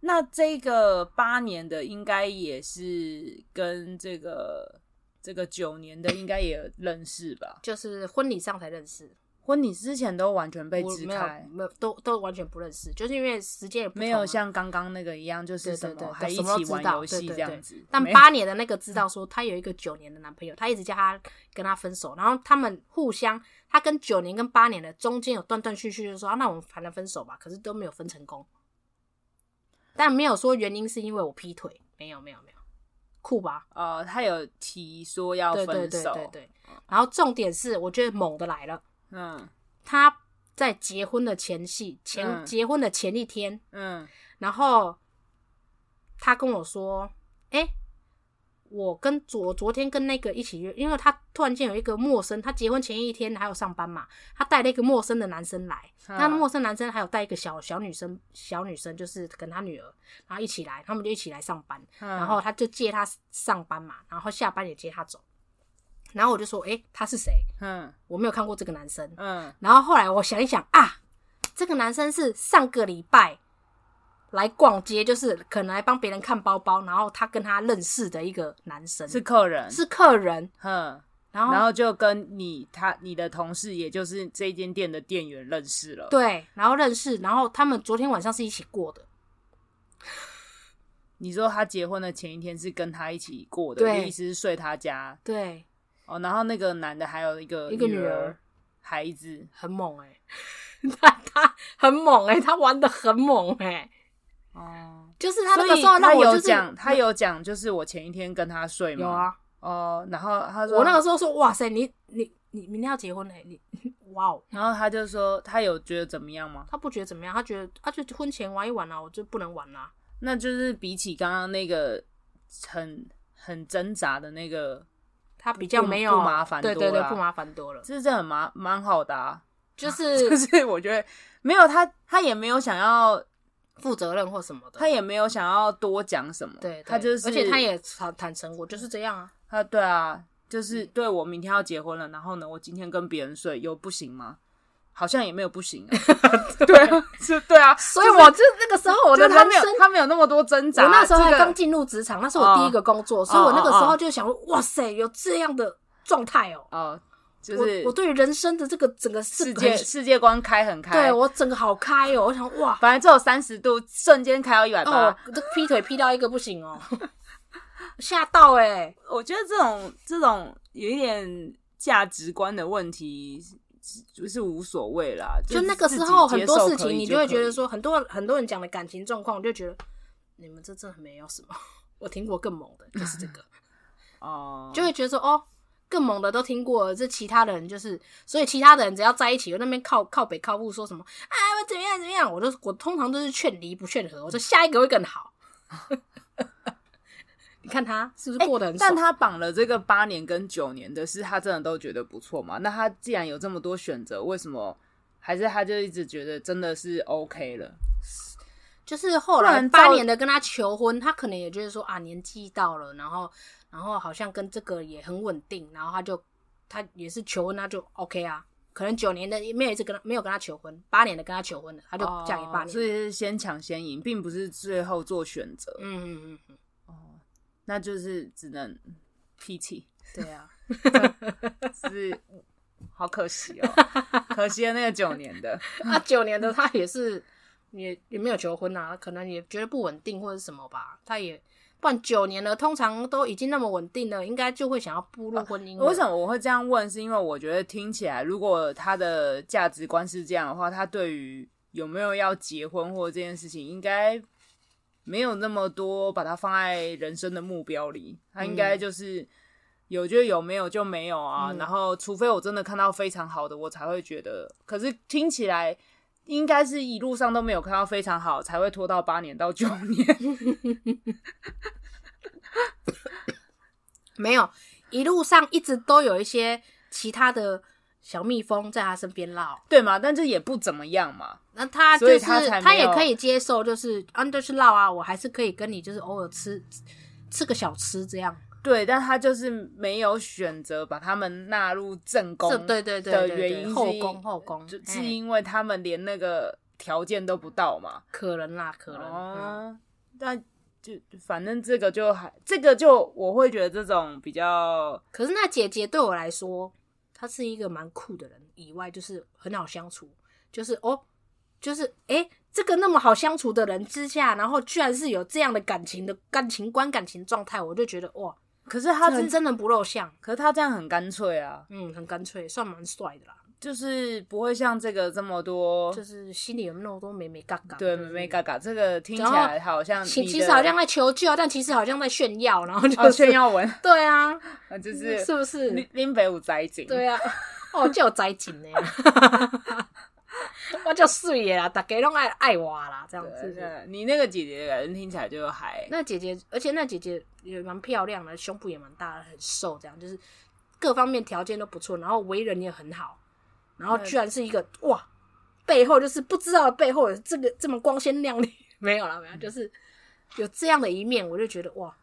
Speaker 2: 那这个八年的应该也是跟这个这个九年的应该也认识吧？
Speaker 1: 就是婚礼上才认识，
Speaker 2: 婚礼之前都完全被
Speaker 1: 我
Speaker 2: 支
Speaker 1: 没有
Speaker 2: 开，
Speaker 1: 没有都都完全不认识，就是因为时间也不
Speaker 2: 没
Speaker 1: 同
Speaker 2: 有
Speaker 1: 啊
Speaker 2: 像刚刚那个一样，就
Speaker 1: 对
Speaker 2: 是什
Speaker 1: 对对，
Speaker 2: 么还一
Speaker 1: 什么都
Speaker 2: 起
Speaker 1: 知
Speaker 2: 玩
Speaker 1: 道
Speaker 2: 游戏
Speaker 1: 对
Speaker 2: 这
Speaker 1: 对
Speaker 2: 样
Speaker 1: 对
Speaker 2: 子。
Speaker 1: 但
Speaker 2: 没有
Speaker 1: 八年的那个知道说，她有一个九年的男朋友，她一直叫他跟他分手，然后他们互相，她跟九年跟八年的中间有断断续续，就说、啊、那我们谈了分手吧，可是都没有分成功。但没有说原因是因为我劈腿，没有没有没有，酷吧？
Speaker 2: 呃，他有提说要
Speaker 1: 对
Speaker 2: 分手，
Speaker 1: 对对对对。然后重点是，我觉得猛的来了，
Speaker 2: 嗯
Speaker 1: 她在结婚的前夕，前、
Speaker 2: 嗯
Speaker 1: 结婚的前一天，
Speaker 2: 嗯
Speaker 1: 然后他跟我说：“哎、我跟昨昨天跟那个一起约，因为他突然间有一个陌生，他结婚前一天还有上班嘛，他带了一个陌生的男生来，
Speaker 2: 嗯
Speaker 1: 那陌生男生还有带一个小小女生，小女生就是跟他女儿，然后一起来，他们就一起来上班，
Speaker 2: 嗯
Speaker 1: 然后他就接他上班嘛，然后下班也接他走，然后我就说：哎、他是谁？
Speaker 2: 嗯
Speaker 1: 我没有看过这个男生，
Speaker 2: 嗯，
Speaker 1: 然后后来我想一想啊，这个男生是上个礼拜来逛街，就是可能来帮别人看包包，然后他跟他认识的一个男生
Speaker 2: 是客人，
Speaker 1: 是客人，
Speaker 2: 嗯，
Speaker 1: 然后
Speaker 2: 然后就跟你他你的同事，也就是这间店的店员认识了。，
Speaker 1: 对，然后认识，然后他们昨天晚上是一起过的，
Speaker 2: 你说他结婚的前一天是跟他一起过的，
Speaker 1: 对
Speaker 2: 你的意思是睡他家
Speaker 1: 对，
Speaker 2: 哦。然后那个男的还有一个
Speaker 1: 一个女
Speaker 2: 儿
Speaker 1: 儿
Speaker 2: 孩子
Speaker 1: 很猛哎、 *laughs* 他他很猛哎、他玩的很猛哎、
Speaker 2: 哦，
Speaker 1: 就是他那
Speaker 2: 所
Speaker 1: 个
Speaker 2: 以
Speaker 1: 时候
Speaker 2: 他
Speaker 1: 让我就
Speaker 2: 有
Speaker 1: 是
Speaker 2: 讲，他有讲，就是我前一天跟他睡吗？
Speaker 1: 有啊，
Speaker 2: 哦，然后他说
Speaker 1: 我那个时候说哇塞，你你你明天要结婚哎、你哇哦。
Speaker 2: 然后他就说他有觉得怎么样吗？
Speaker 1: 他不觉得怎么样，他觉得啊，就婚前玩一玩啊，我就不能玩啦、
Speaker 2: 那就是比起刚刚那个很很挣扎的那个，
Speaker 1: 他比较
Speaker 2: 不
Speaker 1: 没有
Speaker 2: 不麻烦
Speaker 1: 对
Speaker 2: 多
Speaker 1: 对对
Speaker 2: 啦，
Speaker 1: 不麻烦多了，
Speaker 2: 这这很蛮蛮好的、啊，
Speaker 1: *laughs* 就
Speaker 2: *laughs* 就是是我觉得没有他，他也没有想要，
Speaker 1: 负责任或什么的。
Speaker 2: 他也没有想要多讲什么，
Speaker 1: 对对
Speaker 2: 他就是，
Speaker 1: 而且他也坦坦诚，我就是这样啊。
Speaker 2: 他对啊，就是
Speaker 1: 嗯
Speaker 2: 对我明天要结婚了，然后呢，我今天跟别人睡有不行吗？好像也没有
Speaker 1: *laughs*
Speaker 2: 不行、啊，对啊，是，对啊，
Speaker 1: 所以我就那个时候我
Speaker 2: 就
Speaker 1: 的
Speaker 2: 是他
Speaker 1: 人
Speaker 2: 没有
Speaker 1: 生，
Speaker 2: 他没有那么多挣扎，
Speaker 1: 我那时候还
Speaker 2: 这个
Speaker 1: 刚进入职场，那是我第一个工作，所以我那个时候就想，哇塞，有这样的状态哦。
Speaker 2: 哦，就是
Speaker 1: 我我对人生的这个整个是
Speaker 2: 世界世界观开很开，
Speaker 1: 对我整个好开哦，我想哇。
Speaker 2: 本来只有三十度，瞬间开到一百八
Speaker 1: 哦，。这劈腿劈到一个不行哦， *laughs* 吓到哎、
Speaker 2: 我觉得这种这种有一点价值观的问题，就是无所谓啦。
Speaker 1: 就那个时候很多事情，你就会觉得，说，很多很多人讲的感情状况，我就觉得你们这真的没有什么。 *laughs* 我听过更猛的，就是
Speaker 2: *laughs*
Speaker 1: 这个，
Speaker 2: 哦，
Speaker 1: 就会觉得说，哦，更猛的都听过了，这其他的人就是，所以其他的人只要在一起，我那边靠靠北靠步说什么，哎，我怎么样怎么样，我都我通常都是劝离不劝和，我说下一个会更好。 *laughs* 你看他是不是过得很爽？
Speaker 2: 哎但他绑了这个八年跟九年的是，他真的都觉得不错嘛？那他既然有这么多选择，为什么还是他就一直觉得真的是 OK 了？
Speaker 1: 就是后
Speaker 2: 不
Speaker 1: 来
Speaker 2: 然照
Speaker 1: 八年的跟他求婚，他可能也觉得说啊，年纪到了，然后然后好像跟这个也很稳定，然后他就他也是求婚，他就 OK 啊。可能九年的没有一直跟他没有跟他求婚，八年的跟他求婚了，他就嫁给八
Speaker 2: 哦
Speaker 1: 年。
Speaker 2: 所以是先抢先赢，并不是最后做选择。
Speaker 1: 嗯嗯嗯嗯，
Speaker 2: 哦那就是只能 PT，
Speaker 1: 对啊，
Speaker 2: 是好可惜哦，可惜了那个九年的。
Speaker 1: 啊那九年的他也是也也没有求婚啊，可能也觉得不稳定或者什么吧。他也不然九年了，通常都已经那么稳定了，应该就会想要步入婚姻了。
Speaker 2: *laughs* 为什么啊我会这样问？是因为我觉得听起来，如果他的价值观是这样的话，他对于有没有要结婚或这件事情，应该没有那么多把它放在人生的目标里。他应该就是有就有，没有就没有啊。
Speaker 1: 嗯
Speaker 2: 然后，除非我真的看到非常好的，我才会觉得。可是听起来。应该是一路上都没有看到非常好，才会拖到八年到九年。
Speaker 1: 没有，一路上一直都有一些其他的小蜜蜂在他身边绕，
Speaker 2: 对嘛？但这也不怎么样嘛。
Speaker 1: 那他就
Speaker 2: 所以
Speaker 1: 是
Speaker 2: 他才没有
Speaker 1: 也可以接受，就是啊就是绕啊，我还是可以跟你就是偶尔吃吃个小吃这样。
Speaker 2: 对，但他就是没有选择把他们纳入正宫
Speaker 1: 这，对对对对
Speaker 2: 的原
Speaker 1: 对
Speaker 2: 因是
Speaker 1: 后
Speaker 2: 因
Speaker 1: 宫后宫哎
Speaker 2: 就
Speaker 1: 嘿
Speaker 2: 是因为他们连那个条件都不到嘛。
Speaker 1: 可能啦，可能。嗯
Speaker 2: 哦，但就反正这个就还这个就我会觉得这种比较
Speaker 1: 可是那姐姐对我来说，她是一个蛮酷的人，以外就是很好相处，就是哦，就是诶，这个那么好相处的人之下，然后居然是有这样的感情的感情观、感情状态，我就觉得哇，
Speaker 2: 可是他
Speaker 1: 他
Speaker 2: 是
Speaker 1: 人真人不露相，
Speaker 2: 可是他这样很干脆啊，
Speaker 1: 嗯，很干脆，算蛮帅的啦，
Speaker 2: 就是不会像这个这么多
Speaker 1: 就是心里有那么多美美嘎嘎，
Speaker 2: 哦对
Speaker 1: 就
Speaker 2: 妹
Speaker 1: 是
Speaker 2: 妹嘎嘎，这个听起
Speaker 1: 然后
Speaker 2: 来好像
Speaker 1: 其
Speaker 2: 你
Speaker 1: 其
Speaker 2: 的
Speaker 1: 实好像在求救，啊但其实好像在炫耀，然后就
Speaker 2: 哦
Speaker 1: 是
Speaker 2: 炫，耀文，
Speaker 1: *laughs*
Speaker 2: *laughs*
Speaker 1: 对啊，
Speaker 2: 呃就是是
Speaker 1: 不是？
Speaker 2: 林林北五宅景，
Speaker 1: 对啊， *laughs* 哦，就有灾情呢， *laughs* 我就水的啦，大家拢爱爱我啦，这样
Speaker 2: 对
Speaker 1: 子。
Speaker 2: 那你那个姐姐感觉听起来就还
Speaker 1: 那姐姐，而且那姐姐也蛮漂亮的，胸部也蛮大的，很瘦，这样就是各方面条件都不错，然后为人也很好，然后
Speaker 2: 那
Speaker 1: 居然是一个哇，背后就是不知道背后有这个这么光鲜亮丽， *laughs* 没有啦，没有，就是有这样的一面，我就觉得哇，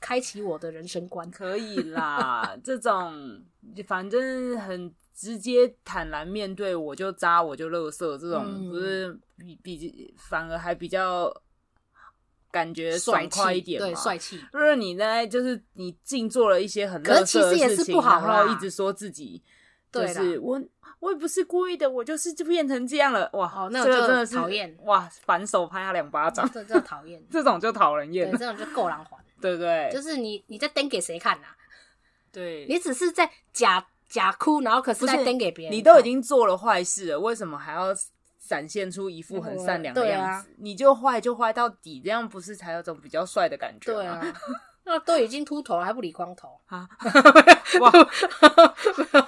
Speaker 1: 开启我的人生观。
Speaker 2: 可以啦。
Speaker 1: *laughs*
Speaker 2: 这种反正很直接、坦然面对，我就渣，我就乐色，这种
Speaker 1: 嗯
Speaker 2: 不是比比反而还比较感觉
Speaker 1: 帅
Speaker 2: 爽
Speaker 1: 气
Speaker 2: 快一点
Speaker 1: 对，
Speaker 2: 嘛。
Speaker 1: 帅气，
Speaker 2: 如果你呢，就是你净做了一些很
Speaker 1: 可是
Speaker 2: 乐色
Speaker 1: 其
Speaker 2: 的
Speaker 1: 实也
Speaker 2: 事
Speaker 1: 是
Speaker 2: 情，
Speaker 1: 不好啦
Speaker 2: 然后一直说自己。就
Speaker 1: 对啦
Speaker 2: 是我，我也不是故意的，我就是就变成这样了，哇！
Speaker 1: 哦那
Speaker 2: 这
Speaker 1: 种
Speaker 2: 个
Speaker 1: 就
Speaker 2: 真的是
Speaker 1: 讨厌
Speaker 2: 哇，反手拍他两巴掌，
Speaker 1: *laughs* 这这讨厌，
Speaker 2: 这种就讨人厌
Speaker 1: 对，
Speaker 2: 了，
Speaker 1: 这
Speaker 2: *laughs*
Speaker 1: 种就够狼还。
Speaker 2: 对不对？
Speaker 1: 就是你你在登给谁看呐、啊
Speaker 2: 对，
Speaker 1: 你只是在假假哭，然后可是在登给别人看，
Speaker 2: 你都已经做了坏事了，为什么还要展现出一副很善良的
Speaker 1: 对
Speaker 2: 样
Speaker 1: 啊
Speaker 2: 子？你就坏就坏到底，这样不是才有种比较帅的感觉吗？
Speaker 1: 对
Speaker 2: *laughs*
Speaker 1: 啊， *laughs* 那都已经秃头了还不理光头，
Speaker 2: 哇，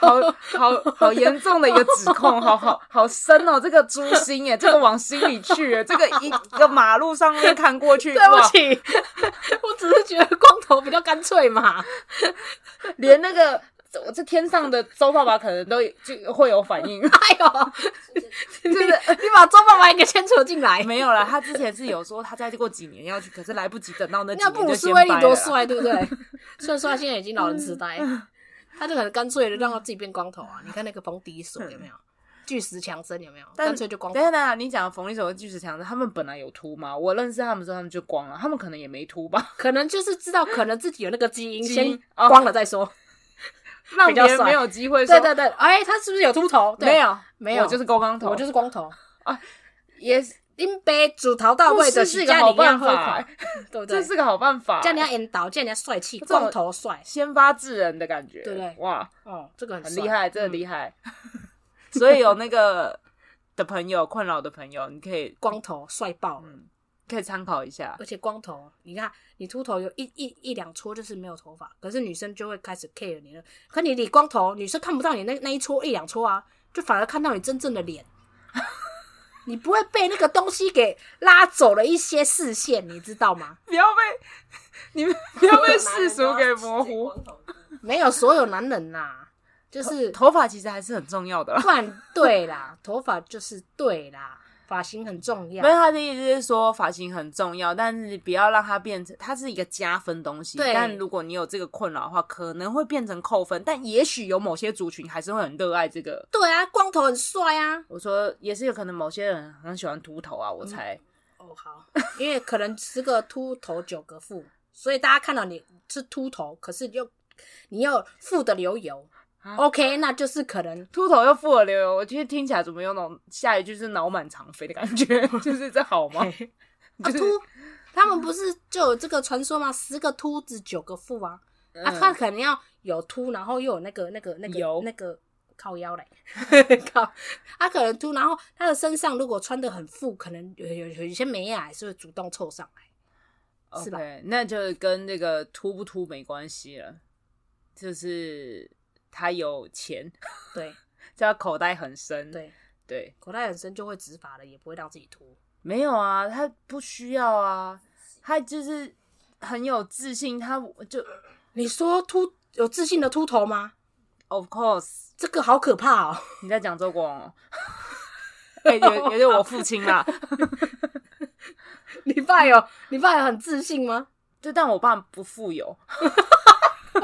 Speaker 2: 好好好严重的一个指控，好好好深哦，这个诛心 *laughs* 耶，这个往心里去耶，这个一个马路上面看过去，
Speaker 1: 对不
Speaker 2: 哇，
Speaker 1: 起， *laughs* 我只是觉得光头比较干脆嘛。
Speaker 2: 连那个。我这天上的周爸爸可能都就会有反应，
Speaker 1: 哎呦，
Speaker 2: *laughs* 就
Speaker 1: 你
Speaker 2: 是
Speaker 1: 你把周爸爸也给牵扯进来，
Speaker 2: *laughs* 没有啦。他之前是有说他再过几年要去，可是来不及等到那几
Speaker 1: 那
Speaker 2: 年
Speaker 1: 布鲁
Speaker 2: 就
Speaker 1: 斯
Speaker 2: 先
Speaker 1: 威利
Speaker 2: 掰
Speaker 1: 多
Speaker 2: 了啦嗯
Speaker 1: 帅，对不对？ *laughs* 虽然说他现在已经老人痴呆，他就很干脆的让他自己变光头啊。你看那个冯迪索有没有？巨石强森有没有？
Speaker 2: 嗯但
Speaker 1: 干脆就光头
Speaker 2: 等一。下，等一下，你讲的冯立手和巨石强森，他们本来有秃吗？我认识他们的时候，他们就光了，他们可能也没秃 *laughs* 吧，
Speaker 1: 可能就是知道，可能自己有那个基因，
Speaker 2: 基因
Speaker 1: 先
Speaker 2: 哦
Speaker 1: 光了再说。
Speaker 2: 让 *laughs*
Speaker 1: 比较
Speaker 2: 别人
Speaker 1: 帅
Speaker 2: 没有机会说。
Speaker 1: 对对对，哎，他是不是有秃头？对
Speaker 2: 没，有
Speaker 1: 没有
Speaker 2: 我就是高光头，
Speaker 1: 我就是光头。
Speaker 2: 也是
Speaker 1: 林北主头到位的
Speaker 2: 这是一个
Speaker 1: 家里
Speaker 2: 好
Speaker 1: 要
Speaker 2: 办
Speaker 1: 喝
Speaker 2: 法
Speaker 1: 口，对不
Speaker 2: 这
Speaker 1: 对？
Speaker 2: 是个好办法，
Speaker 1: 叫人家引导，叫人家帅气，
Speaker 2: 种
Speaker 1: 光头帅，
Speaker 2: 先发制人的感觉，
Speaker 1: 对不对
Speaker 2: 哇，
Speaker 1: 哦，这个
Speaker 2: 很嗯
Speaker 1: 帅
Speaker 2: *laughs* 厉，害，真的厉害。所以有那个的朋友困扰的朋友，你可以
Speaker 1: 光头帅爆了，
Speaker 2: 嗯，可以参考一下
Speaker 1: 而。且光头，你看你秃头有一一一两撮就是没有头发，可是女生就会开始 care 你了。可你理光头，女生看不到你那那一撮一两撮啊，就反而看到你真正的脸。你不会被那个东西给拉走了一些视线，你知道吗？
Speaker 2: 不要被 *laughs* 你们不要被世俗给模糊。
Speaker 3: 光头是
Speaker 1: 没有所有男人呐、就是
Speaker 2: 头发其实还是很重要的啦。
Speaker 1: 不然对啦， *laughs* 头发就是对啦，发型很重要
Speaker 2: 没。有，他的意思是说发型很重要，但是不要让它变成，它是一个加分东西。
Speaker 1: 对
Speaker 2: 但如果你有这个困扰的话，可能会变成扣分。但也许有某些族群还是会很热爱这个。
Speaker 1: 对啊，光头很帅啊。
Speaker 2: 我说也是有可能某些人很喜欢秃头啊，我猜。
Speaker 1: 哦，好，因为可能十个秃头九个富，所以大家看到你是秃头，可是又你又富的流油、
Speaker 2: 啊
Speaker 1: o k 那就是可能
Speaker 2: 秃头又富了流油，我觉得听起来怎么有种下一句是脑满肠肥的感觉？ *laughs* 就是这好吗？ *laughs*
Speaker 1: 啊
Speaker 2: 就是
Speaker 1: 秃，他们不是就有这个传说吗？十个秃子九个富啊，啊，
Speaker 2: 嗯
Speaker 1: 他可能要有秃，然后又有那个那个那个
Speaker 2: 油
Speaker 1: 那个靠腰嘞， *laughs* 靠，他可能秃，然后他的身上如果穿的很富，可能有有有一些眉啊，还是会主动凑上来。是吧
Speaker 2: OK，那就跟那个秃不秃没关系了，就是他有钱，
Speaker 1: 对
Speaker 2: 就他口袋很深。
Speaker 1: 对，
Speaker 2: 对，
Speaker 1: 口袋很深就会直发了，也不会让自己秃。
Speaker 2: 没有啊，他不需要啊，他就是很有自信，他就
Speaker 1: 你说秃有自信的秃头吗？
Speaker 2: of course
Speaker 1: 这个好可怕哦！ *laughs*
Speaker 2: 你在讲周广、哦。哎、有也是我父亲啦，
Speaker 1: 你爸有你爸有很自信吗？
Speaker 2: 就但我爸不富有，
Speaker 1: *laughs*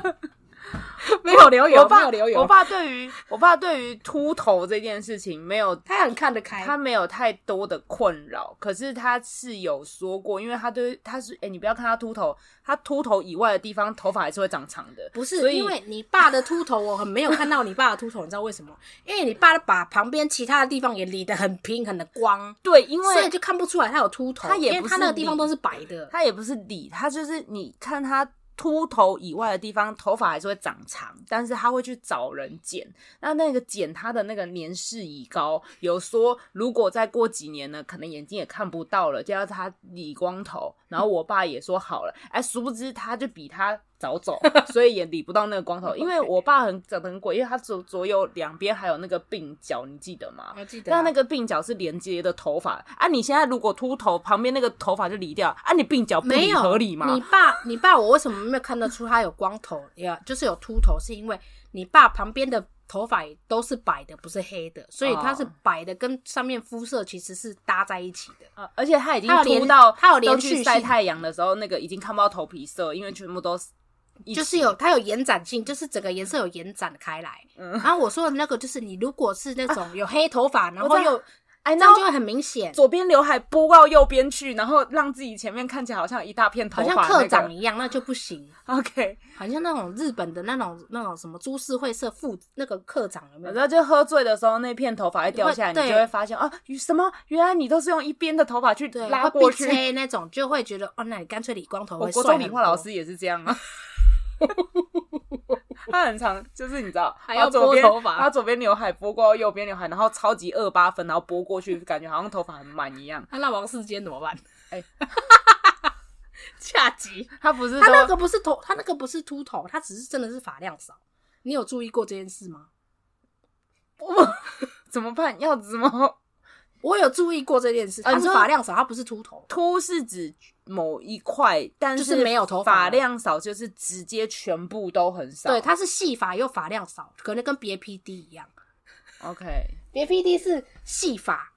Speaker 1: 没有留
Speaker 2: 我
Speaker 1: 有，没
Speaker 2: 爸
Speaker 1: 有留
Speaker 2: 我
Speaker 1: 有，
Speaker 2: 爸对于我爸对于秃头这件事情没有
Speaker 1: 他很看得开。
Speaker 2: 他没有太多的困扰，可是他是有说过，因为他对他是哎、你不要看他秃头，他秃头以外的地方头发还是会长长的，
Speaker 1: 不
Speaker 2: 所
Speaker 1: 是
Speaker 2: 以
Speaker 1: 因为你爸的秃头，我很没有看到你爸的秃头，你知道为什么？ *laughs* 因为你爸把旁边其他的地方也理得很平很的光，
Speaker 2: 对，因
Speaker 1: 所以
Speaker 2: 为
Speaker 1: 就看不出来他有秃头。
Speaker 2: 他也不是
Speaker 1: 因为他那个地方都是白的，
Speaker 2: 他也不是理他，就是你看他秃头以外的地方头发还是会长长，但是他会去找人剪，那那个剪他的那个年事已高，有说如果再过几年呢，可能眼睛也看不到了，就要他理光头。然后我爸也说好了，哎，殊不知他就比他早走，所以也理不到那个光头。因为我爸很长得很鬼，因为他左左右两边还有那个鬓角，你记得吗？
Speaker 1: 我记得啊。
Speaker 2: 但那个鬓角是连接的头发啊，你现在如果秃头，旁边那个头发就理掉啊，你鬓角不
Speaker 1: 没
Speaker 2: 理
Speaker 1: 有
Speaker 2: 合理
Speaker 1: 你
Speaker 2: 吗？
Speaker 1: 爸，你爸，我为什么没有看得出他有光头呀？就是有秃头，是因为你爸旁边的头发都是白的，不是黑的，所以他是
Speaker 2: 哦
Speaker 1: 白的，跟上面肤色其实是搭在一起的。
Speaker 2: 啊而且他已经
Speaker 1: 他有连
Speaker 2: 秃到
Speaker 1: 他有连
Speaker 2: 都
Speaker 1: 续
Speaker 2: 去
Speaker 1: 性
Speaker 2: 晒太阳的时候，那个已经看不到头皮色，因为全部都是一起
Speaker 1: 就是有它有延展性，就是整个颜色有延展开来。
Speaker 2: 嗯
Speaker 1: 然后我说的那个就是你如果是那种有黑头发，然后
Speaker 2: 啊我知道
Speaker 1: 又
Speaker 2: 哎，
Speaker 1: 这
Speaker 2: 那
Speaker 1: 样就会很明显，
Speaker 2: 左边刘海拨到右边去，然后让自己前面看起来好像有一大片头
Speaker 1: 好
Speaker 2: 发、那
Speaker 1: 像
Speaker 2: 个，
Speaker 1: 课长一样，那就不行。
Speaker 2: OK，
Speaker 1: 好像那种日本的那种那种什么株式会社副那个课长有没有
Speaker 2: 然？后就喝醉的时候，那片头发会掉下来，
Speaker 1: 会对
Speaker 2: 你就会发现啊，什么？原来你都是用一边的头发去
Speaker 1: 对，
Speaker 2: 拉
Speaker 1: 会
Speaker 2: 过
Speaker 1: 被
Speaker 2: 去。
Speaker 1: 吹那种，就会觉得哦，那你干脆理光头
Speaker 2: 我
Speaker 1: 会哦
Speaker 2: 国
Speaker 1: 帅
Speaker 2: 中
Speaker 1: 很
Speaker 2: 理化老
Speaker 1: 多
Speaker 2: 师也是这样啊。他很长，就是你知道，
Speaker 1: 还要
Speaker 2: 他左边
Speaker 1: 拨头发
Speaker 2: 他左边刘海拨过右边刘海，然后超级二八分，然后拨过去，感觉好像头发很满一样。
Speaker 1: 那那王世坚怎么办？
Speaker 2: 哎，
Speaker 1: 下集。
Speaker 2: *laughs* 他不是
Speaker 1: 他那
Speaker 2: 都
Speaker 1: 个不是头，他那个不是秃头，他只是真的是发量少。你有注意过这件事吗？
Speaker 2: 怎么办？要怎么
Speaker 1: 我有注意过这件事，
Speaker 2: 啊
Speaker 1: 他
Speaker 2: 你
Speaker 1: 是
Speaker 2: 说
Speaker 1: 发量少，他不是秃头。
Speaker 2: 秃是指某一块，但
Speaker 1: 就是没有头发
Speaker 2: 发量少，就是直接全部都很少。
Speaker 1: 对，他是细发又发量少，可能跟别 PD 一样。
Speaker 2: OK，
Speaker 1: 别 PD 是细发，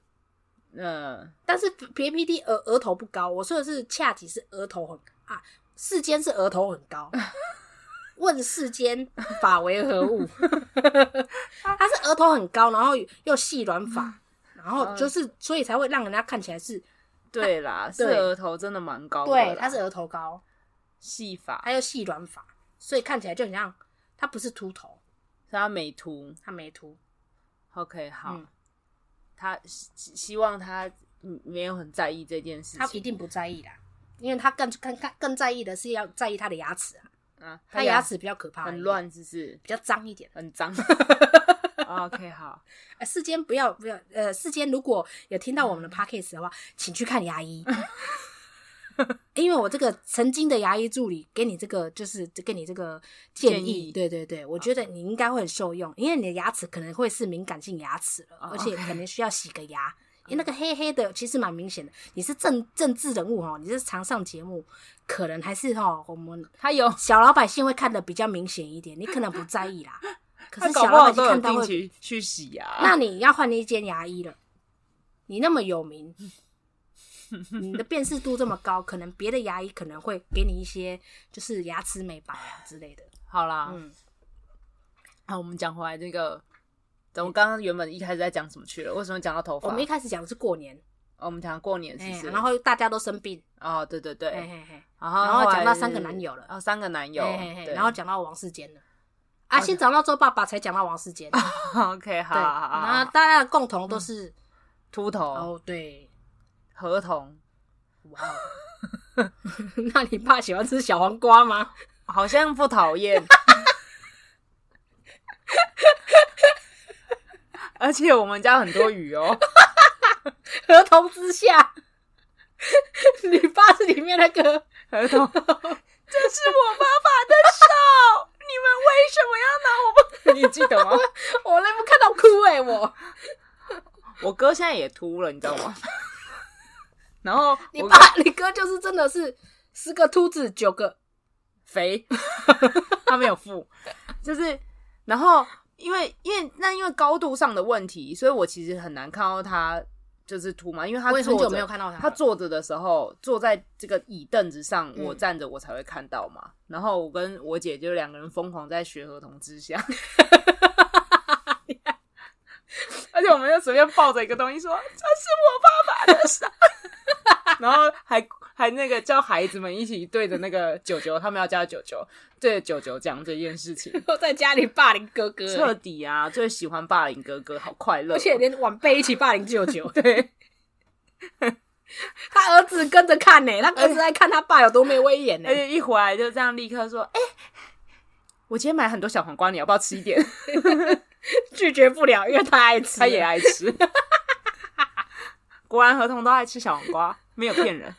Speaker 2: 嗯，
Speaker 1: 但是别 PD 额额头不高。我说的是恰吉是额头很啊，世间是额头很 *laughs* 高。问世间法为何 *laughs* 物？他是额头很高，然后又细软发，然后就是所以才会让人家看起来是
Speaker 2: 对啦，是
Speaker 1: 对
Speaker 2: 额头真的蛮高的啦，
Speaker 1: 对，他是额头高，
Speaker 2: 细发，
Speaker 1: 还有细软发，所以看起来就很像他不是秃头，
Speaker 2: 所以他没秃。
Speaker 1: 他没秃。
Speaker 2: OK，好，
Speaker 1: 嗯
Speaker 2: 他希希望他嗯没有很在意这件事
Speaker 1: 他一
Speaker 2: 情
Speaker 1: 定不在意啦，因为他更更更更在意的是要在意他的牙齿啊，
Speaker 2: 啊，
Speaker 1: 他牙齿比较可怕，
Speaker 2: 很，乱，是不是
Speaker 1: *laughs* 比较脏一点。
Speaker 2: 很脏。 OK，好，
Speaker 1: 呃，世间不要不要，呃，世间如果有听到我
Speaker 2: 嗯
Speaker 1: 们的 podcast 的话，请去看牙医， *laughs* 因为我这个曾经的牙医助理给你这个就是给你这个建
Speaker 2: 建
Speaker 1: 议，
Speaker 2: 议
Speaker 1: 对对对，我觉得你应该会很受用，因为你的牙齿可能会是敏感性牙齿了，
Speaker 2: 哦嗯
Speaker 1: 而且可能需要洗个牙。因为那个黑黑的其实蛮明显的，你是政政治人物哦，你是常上节目，可能还是哦我们
Speaker 2: 他 *laughs* 有，
Speaker 1: 小老百姓会看得比较明显一点，你可能不在意
Speaker 2: *laughs*
Speaker 1: 啦，可
Speaker 2: 他
Speaker 1: 是
Speaker 2: 搞
Speaker 1: 小
Speaker 2: 不
Speaker 1: 老
Speaker 2: 好
Speaker 1: 百
Speaker 2: 都
Speaker 1: 姓
Speaker 2: 有
Speaker 1: 看到
Speaker 2: 定
Speaker 1: 会
Speaker 2: 期去洗
Speaker 1: *laughs*
Speaker 2: 牙。
Speaker 1: 那你要换一间牙医了，你那么有
Speaker 2: *laughs*
Speaker 1: 名，你的辨识度这么高，可能别的牙医可能会给你一些就是牙齿美白啊之类的。
Speaker 2: 好啦，
Speaker 1: 嗯，
Speaker 2: 好，我们讲回来这个，等我刚刚原本一开始在讲什么去了？为什么讲到头发？
Speaker 1: 我们一开始讲的是过年，
Speaker 2: 哦我们讲过年
Speaker 1: 哎
Speaker 2: 其、实，
Speaker 1: 然后大家都生病，
Speaker 2: 哦，对对对，
Speaker 1: 嘿嘿嘿，
Speaker 2: 然后
Speaker 1: 然后
Speaker 2: 后来
Speaker 1: 讲到三
Speaker 2: 是
Speaker 1: 个男友了
Speaker 2: 哦，三个男友
Speaker 1: 嘿嘿嘿，
Speaker 2: 对
Speaker 1: 然后讲到王世坚了。啊，先讲到周爸爸，才讲到王世
Speaker 2: *laughs*
Speaker 1: 坚。
Speaker 2: 啊
Speaker 1: 对，
Speaker 2: OK，好好好，
Speaker 1: 然
Speaker 2: 好
Speaker 1: 后大家的共同都是
Speaker 2: 秃头
Speaker 1: 哦，对， *laughs*
Speaker 2: 合同，
Speaker 1: 哇哦。那你爸喜欢吃小黄瓜吗？ *laughs*
Speaker 2: 好像不讨厌。 *laughs* 而且我们家很多鱼哦，
Speaker 1: 合同之下， *laughs* 你爸是里面那
Speaker 2: *laughs*
Speaker 1: 个
Speaker 2: 合同，这是我爸爸的手，你们为什么要拿我爸？ *laughs* 你记得吗？
Speaker 1: 我那部看到哭哎、我
Speaker 2: 我哥现在也秃了，你知道 *laughs* 吗？然后
Speaker 1: 你
Speaker 2: 我哥
Speaker 1: 爸你哥就是真的是十个秃子九个，
Speaker 2: 肥， *laughs* 他没有付，就是然后因为因为那因为高度上的问题，所以我其实很难看到他就是秃嘛，因为他
Speaker 1: 我也很
Speaker 2: 坐
Speaker 1: 久
Speaker 2: 着
Speaker 1: 没有看到他了
Speaker 2: 他坐着的时候，坐在这个椅凳子上，
Speaker 1: 嗯
Speaker 2: 我站着我才会看到嘛。然后我跟我姐就两个人疯狂在学合同
Speaker 1: *laughs*
Speaker 2: 之下。而且我们就随便抱着一个东西说：“这是我爸爸的手。”然后还还那个叫孩子们一起对着那个九九，他们要叫九九，对着九九讲这件事情，
Speaker 1: 都在家里霸凌哥 *laughs* 哥欸、
Speaker 2: 彻底啊！最喜欢霸凌哥哥，好快乐。，
Speaker 1: 而且连晚辈一起霸凌舅舅 *laughs*
Speaker 2: 对，
Speaker 1: 他儿子跟着看呢、他儿子在看他爸有多没威严欸呢、
Speaker 2: 而且一回来就这样立刻说：“哎、我今天买很多小黄瓜，你要不要吃一点
Speaker 1: 拒绝不了，因为他爱？”吃，
Speaker 2: *laughs* 他也爱吃。 *laughs* 果然合同都爱吃小黄瓜，没有骗人。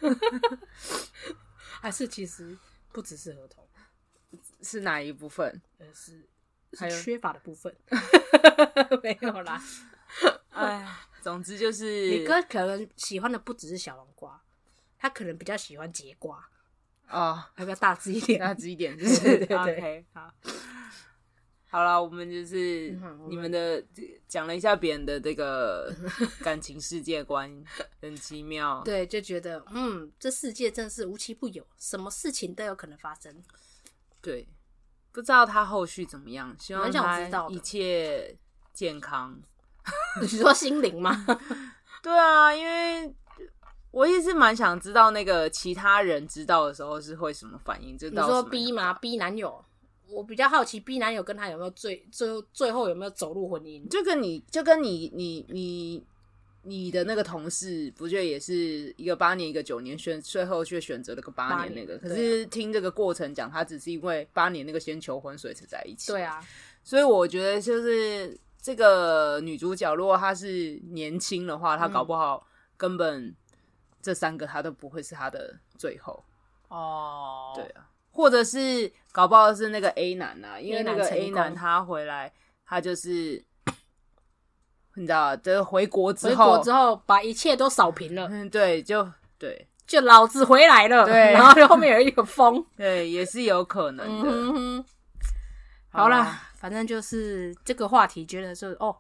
Speaker 1: 还是其实不只是合同，
Speaker 2: *laughs* 是哪一部分？
Speaker 1: 而是
Speaker 2: 还有
Speaker 1: 是缺乏的部 *laughs* 分，没有啦。
Speaker 2: 哎， *laughs* 总之就是
Speaker 1: 你哥可能喜欢的不只是小黄瓜，他可能比较喜欢节瓜，
Speaker 2: 哦，
Speaker 1: 要不要大致一点？
Speaker 2: 大致一点，就是 *laughs*
Speaker 1: 对对对
Speaker 2: OK 好。好了，我们就是
Speaker 1: 嗯好
Speaker 2: 你们的讲了一下别人的这个感情世界观，很奇妙。
Speaker 1: 对，就觉得嗯，这世界真是无奇不有，什么事情都有可能发生。 *laughs*
Speaker 2: 对，不知道他后续怎么样，希望
Speaker 1: 蛮想
Speaker 2: 他
Speaker 1: 知道的
Speaker 2: 一切健康。
Speaker 1: 你说心灵吗？
Speaker 2: 嗯对啊，因为我也是蛮想知道那个其他人知道的时候是会什么反应。这
Speaker 1: 你
Speaker 2: 到
Speaker 1: 说
Speaker 2: 什么
Speaker 1: B
Speaker 2: 样
Speaker 1: 吗？B 男友，我比较好奇 B 男友跟他有没有最最后最后有没有走入婚姻？
Speaker 2: 就跟你就跟你你你你的那个同事，不就也是一个八年一个九年选，最后却选择了个八
Speaker 1: 八
Speaker 2: 年那
Speaker 1: 年
Speaker 2: 个。可
Speaker 1: 对啊
Speaker 2: 是听这个过程讲，他只是因为八年那个先求婚，所以才在一起。
Speaker 1: 对，啊，
Speaker 2: 所以我觉得就是这个女主角，如果她是年轻的话，她
Speaker 1: 嗯
Speaker 2: 搞不好根本这三个她都不会是她的最后。
Speaker 1: 哦
Speaker 2: 对，啊，或者是搞不好是那个 A 男啊，因为
Speaker 1: A
Speaker 2: 那
Speaker 1: 男
Speaker 2: 个
Speaker 1: 成
Speaker 2: A 男
Speaker 1: 功
Speaker 2: 他回来，他就是 *coughs* 你知道，就是回国之
Speaker 1: 回
Speaker 2: 后，
Speaker 1: 国之后把一切都扫平了，
Speaker 2: 嗯，对，就对
Speaker 1: 就老子回来了。
Speaker 2: 对
Speaker 1: 然后就后面有一个风。
Speaker 2: 对，也是有可能
Speaker 1: 嗯
Speaker 2: 的。
Speaker 1: 哼哼
Speaker 2: *laughs* 好
Speaker 1: 好
Speaker 2: 啦
Speaker 1: 啦，反正就是这个话题，觉得是哦，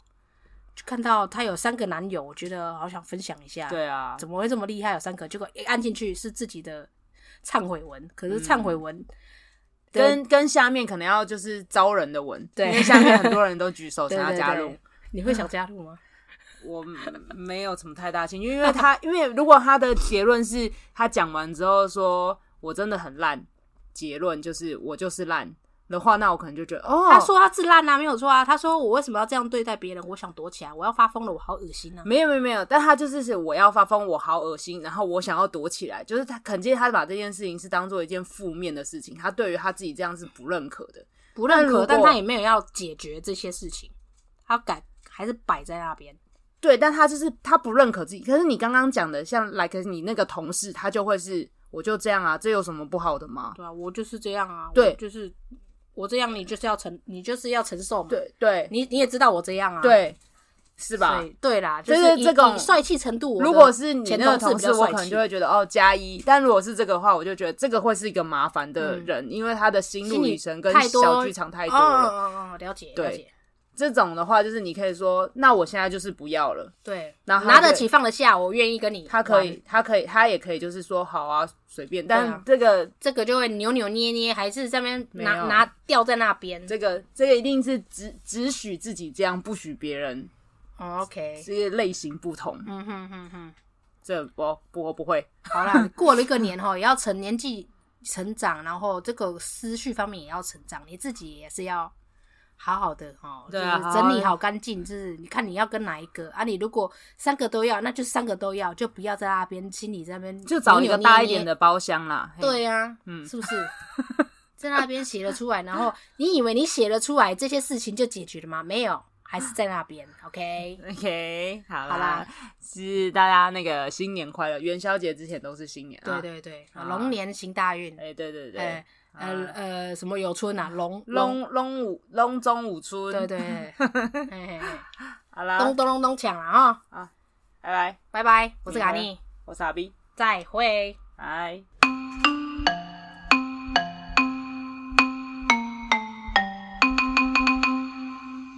Speaker 1: 就看到他有三个男友，我觉得好想分享一下。
Speaker 2: 对啊，
Speaker 1: 怎么会这么厉害？有三个，结果一按进去是自己的忏悔文，可是忏
Speaker 2: 嗯
Speaker 1: 悔文的、
Speaker 2: 跟跟下面可能要就是招人的文，
Speaker 1: 对
Speaker 2: 因为下面很多人都
Speaker 1: *laughs*
Speaker 2: 举手
Speaker 1: 对
Speaker 2: 想要
Speaker 1: 对
Speaker 2: 加入。哦
Speaker 1: 对你会想加入
Speaker 2: *laughs*
Speaker 1: 吗？
Speaker 2: 我没有什么太大兴趣，因
Speaker 1: 哦
Speaker 2: 为他因为如果他的结论是他讲完之后说我真的很烂，结论就是我就是烂的话，那我可能就觉得哦，
Speaker 1: 他说他自烂啊，没有错啊。他说我为什么要这样对待别人？我想躲起来，我要发疯了，我好恶心啊！
Speaker 2: 没有没有没有，但他就是是我要发疯，我好恶心，然后我想要躲起来，就是他肯定他把这件事情是当做一件负面的事情，他对于他自己这样是不认可的。
Speaker 1: 不认
Speaker 2: 那如
Speaker 1: 可，
Speaker 2: 果
Speaker 1: 但他也没有要解决这些事情，他改还是摆在那边。
Speaker 2: 对，但他就是他不认可自己。可是你刚刚讲的，像来，可是你那个同事，他就会是我就这样啊，这有什么不好的吗？
Speaker 1: 对啊，我就是这样啊，
Speaker 2: 对
Speaker 1: 我就是我这样，你就是要承，你就是要承受嘛。，
Speaker 2: 对对
Speaker 1: 你你也知道我这样啊，
Speaker 2: 对，是吧
Speaker 1: 所？以对啦，就
Speaker 2: 就是
Speaker 1: 是以
Speaker 2: 这种
Speaker 1: 以帅气程度，我的
Speaker 2: 如果是你
Speaker 1: 前
Speaker 2: 那个
Speaker 1: 同
Speaker 2: 同
Speaker 1: 事
Speaker 2: 事，
Speaker 1: 比较
Speaker 2: 我
Speaker 1: 帅
Speaker 2: 可能
Speaker 1: 气
Speaker 2: 就会觉得哦加一。但如果是这个的话，我就觉得这个会是一个麻烦的人，因为他的心路
Speaker 1: 心里
Speaker 2: 旅程跟
Speaker 1: 嗯太多
Speaker 2: 小剧场太多
Speaker 1: 哦
Speaker 2: 了。
Speaker 1: 哦哦，了解
Speaker 2: 对
Speaker 1: 了解，
Speaker 2: 这种的话，就是你可以说，那我现在就是不要了。
Speaker 1: 对，
Speaker 2: 然后他
Speaker 1: 拿
Speaker 2: 就
Speaker 1: 得起放得下，我愿意跟你玩。
Speaker 2: 他可以，他可以，他也可以，就是说好啊，随便。
Speaker 1: 对
Speaker 2: 但
Speaker 1: 啊
Speaker 2: 这个、
Speaker 1: 这个就会扭扭捏捏，还是在那边
Speaker 2: 没有
Speaker 1: 拿拿掉在那边。
Speaker 2: 这个这个一定是只只许自己这样，不许别人。
Speaker 1: 哦 *laughs* OK，
Speaker 2: 这些类型不同，
Speaker 1: 嗯哼哼哼，
Speaker 2: 这不不不会。
Speaker 1: 好啦， *laughs* 过了一个年后，也要成年纪成长，然后这个思绪方面也要成长，你自己也是要好好的哦，
Speaker 2: 对啊
Speaker 1: 就是
Speaker 2: 好好
Speaker 1: 整
Speaker 2: 地
Speaker 1: 理好干净，就是你看你要跟哪一个啊？你如果三个都要，那就三个都要，就不要在那边心里在那边
Speaker 2: 就找一
Speaker 1: 扭
Speaker 2: 个
Speaker 1: 扭捏
Speaker 2: 大一点
Speaker 1: 捏
Speaker 2: 的包厢啦。嘿，
Speaker 1: 对呀、
Speaker 2: 嗯
Speaker 1: 是不
Speaker 2: *laughs*
Speaker 1: 是？在那边写了出来，然后你以为你写了出来这些事情就解决了吗？没有，还是在那
Speaker 2: *laughs*
Speaker 1: 边。OK，
Speaker 2: OK，好啦，
Speaker 1: 好啦
Speaker 2: 是大家那个新年快乐，元宵节之前都是新年
Speaker 1: 对
Speaker 2: 啊。
Speaker 1: 对对，
Speaker 2: 啊
Speaker 1: 龙年行大运，
Speaker 2: 哎、对对对，
Speaker 1: 哎呃呃，什么有春啊，龙
Speaker 2: 龙，龙舞龙中舞春，
Speaker 1: 对对，
Speaker 2: *laughs*
Speaker 1: 对，嘿嘿嘿
Speaker 2: 好啦，
Speaker 1: 咚咚咚咚抢了啊！
Speaker 2: 拜拜，
Speaker 1: 拜拜，我是卡
Speaker 2: 拜拜
Speaker 1: 尼，
Speaker 2: 我傻逼，
Speaker 1: 再会。
Speaker 2: 拜。